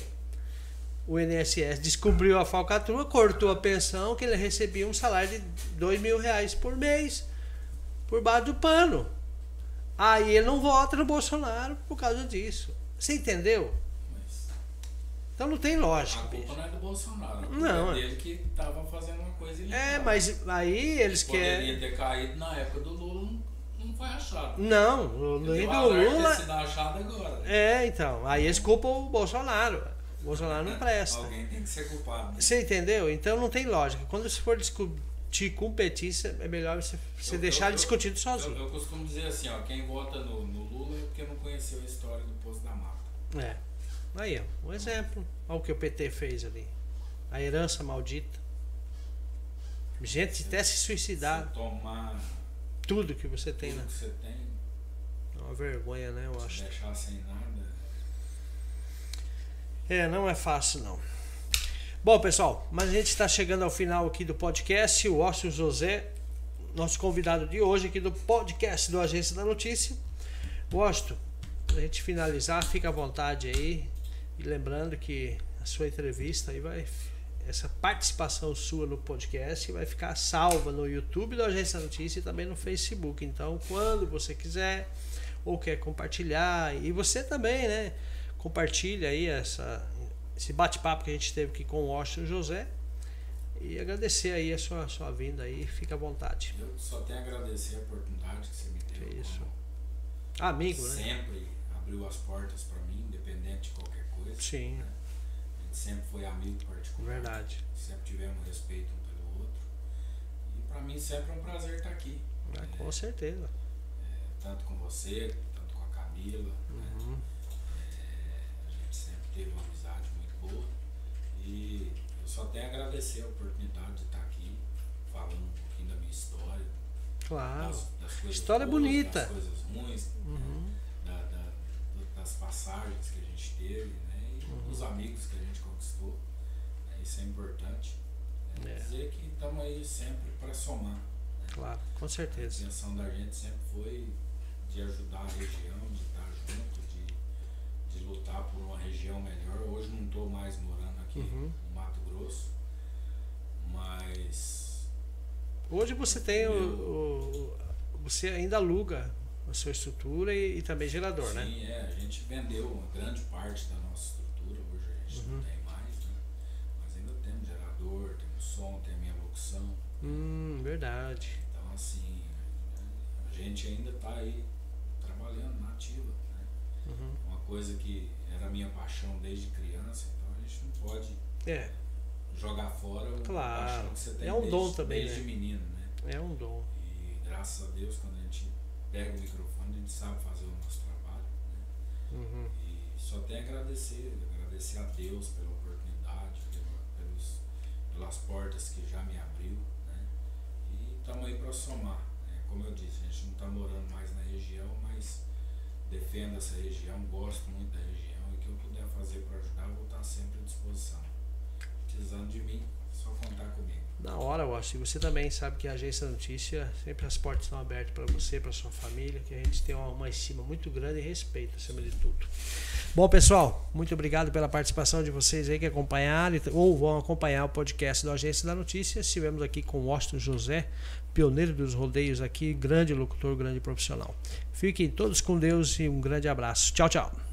o INSS descobriu a falcatrua, cortou a pensão, que ele recebia um salário de dois mil reais por mês, por baixo do pano. Aí ele não vota no Bolsonaro por causa disso. Você entendeu?
Mas
Então não tem
a
lógica,
culpa
bicho.
não é do Bolsonaro, a culpa
Não,
é
é.
dele que tava fazendo uma coisa
É,
ilegal.
mas aí eles
Poderia
querem.
ter caído na época do Lula, não, não foi achado.
Não, o
Deu
do
azar ter
Lula.
sido achado agora. né?
É, então. Aí eles culpam o Bolsonaro. O Bolsonaro não presta.
Alguém tem que ser culpado. né?
Você entendeu? Então não tem lógica. Quando você for discutir com petista, é melhor você, você
Eu-
deixar
eu-
ele discutido
Eu,
sozinho.
eu costumo dizer assim, ó, quem vota no, no Lula é porque não conheceu a história do Poço da Mata.
É. Aí, ó, um exemplo. Olha o que o PT fez ali. A herança maldita. Gente até se suicidar.
Se tomar
Tudo que você tem,
tudo
né?
que você tem,
É uma vergonha, né? Eu
se
acho.
deixar sem nada.
É, não é fácil não. Bom, pessoal, mas a gente está chegando ao final aqui do podcast. O Ócio José, nosso convidado de hoje aqui do podcast do Agência da Notícia. Gosto, a gente finalizar, fica à vontade aí. E lembrando que a sua entrevista aí vai. Essa participação sua no podcast vai ficar salva no YouTube do Agência da Notícia e também no Facebook. Então, quando você quiser ou quer compartilhar, e você também, né? Compartilha aí essa, esse bate-papo que a gente teve aqui com o Washington José. E agradecer aí a sua, sua vinda aí, fica à vontade.
Eu só tenho a agradecer a oportunidade que você me deu.
Que
como
isso. Amigo, né?
Sempre abriu as portas pra mim, independente de qualquer coisa.
Sim.
né? A gente sempre foi amigo particular.
Verdade.
Sempre tivemos respeito um pelo outro. E pra mim sempre é um prazer estar aqui.
Ah, com certeza.
É, tanto com você, tanto com a Camila. né?
Uhum.
É, a gente sempre teve uma amizade muito boa. E eu só tenho a agradecer a oportunidade de estar aqui falando um pouquinho da minha história.
Claro.
das, das coisas
História
boas,
bonita.
Das coisas ruins. né?
Uhum.
da, da- do- das passagens que a gente teve, né? E
Uhum.
dos amigos que a gente conquistou. né, Isso é importante. né,
É.
Dizer que estamos aí sempre para somar.
Claro, com
A
certeza.
intenção da gente sempre foi de ajudar a região, de estar junto, de, de lutar por uma região melhor. Hoje não estou mais morando aqui
Uhum.
no Mato Grosso, mas
Hoje você tem o, o- o- Você ainda aluga a sua estrutura e, e também gerador, né?
Sim, é, a gente vendeu uma grande parte da nossa estrutura, hoje a gente
Uhum.
não tem mais, né? Mas ainda temos gerador, temos som, tem a minha locução.
Hum, verdade.
Então assim, a gente ainda está aí trabalhando na ativa. Né?
Uhum.
Uma coisa que era a minha paixão desde criança, então a gente não pode
É,
jogar fora o
Claro,
paixão que você tem
é um
desde,
dom também,
desde
né?
menino, né?
é um dom.
E graças a Deus quando a gente pega o microfone, a gente sabe fazer o nosso trabalho. Né?
Uhum.
E só tem a agradecer, agradecer a Deus pela oportunidade, pela- pelos, pelas portas que já me abriu, né? E estamos aí para somar. né? Como eu disse, a gente não está morando mais na região, mas defendo essa região, gosto muito da região e o que eu puder fazer para ajudar, eu vou estar sempre à disposição. Precisando de mim, é só contar comigo.
Na hora, Wash, e você também sabe que a agência da notícia, sempre as portas estão abertas para você, para sua família, que a gente tem uma, uma estima muito grande e respeito acima de tudo. Bom, pessoal, muito obrigado pela participação de vocês aí que acompanharam e t- ou vão acompanhar o podcast da Agência da Notícia. Estivemos aqui com o Washington José, pioneiro dos rodeios aqui, grande locutor, grande profissional. Fiquem todos com Deus e um grande abraço. Tchau, tchau.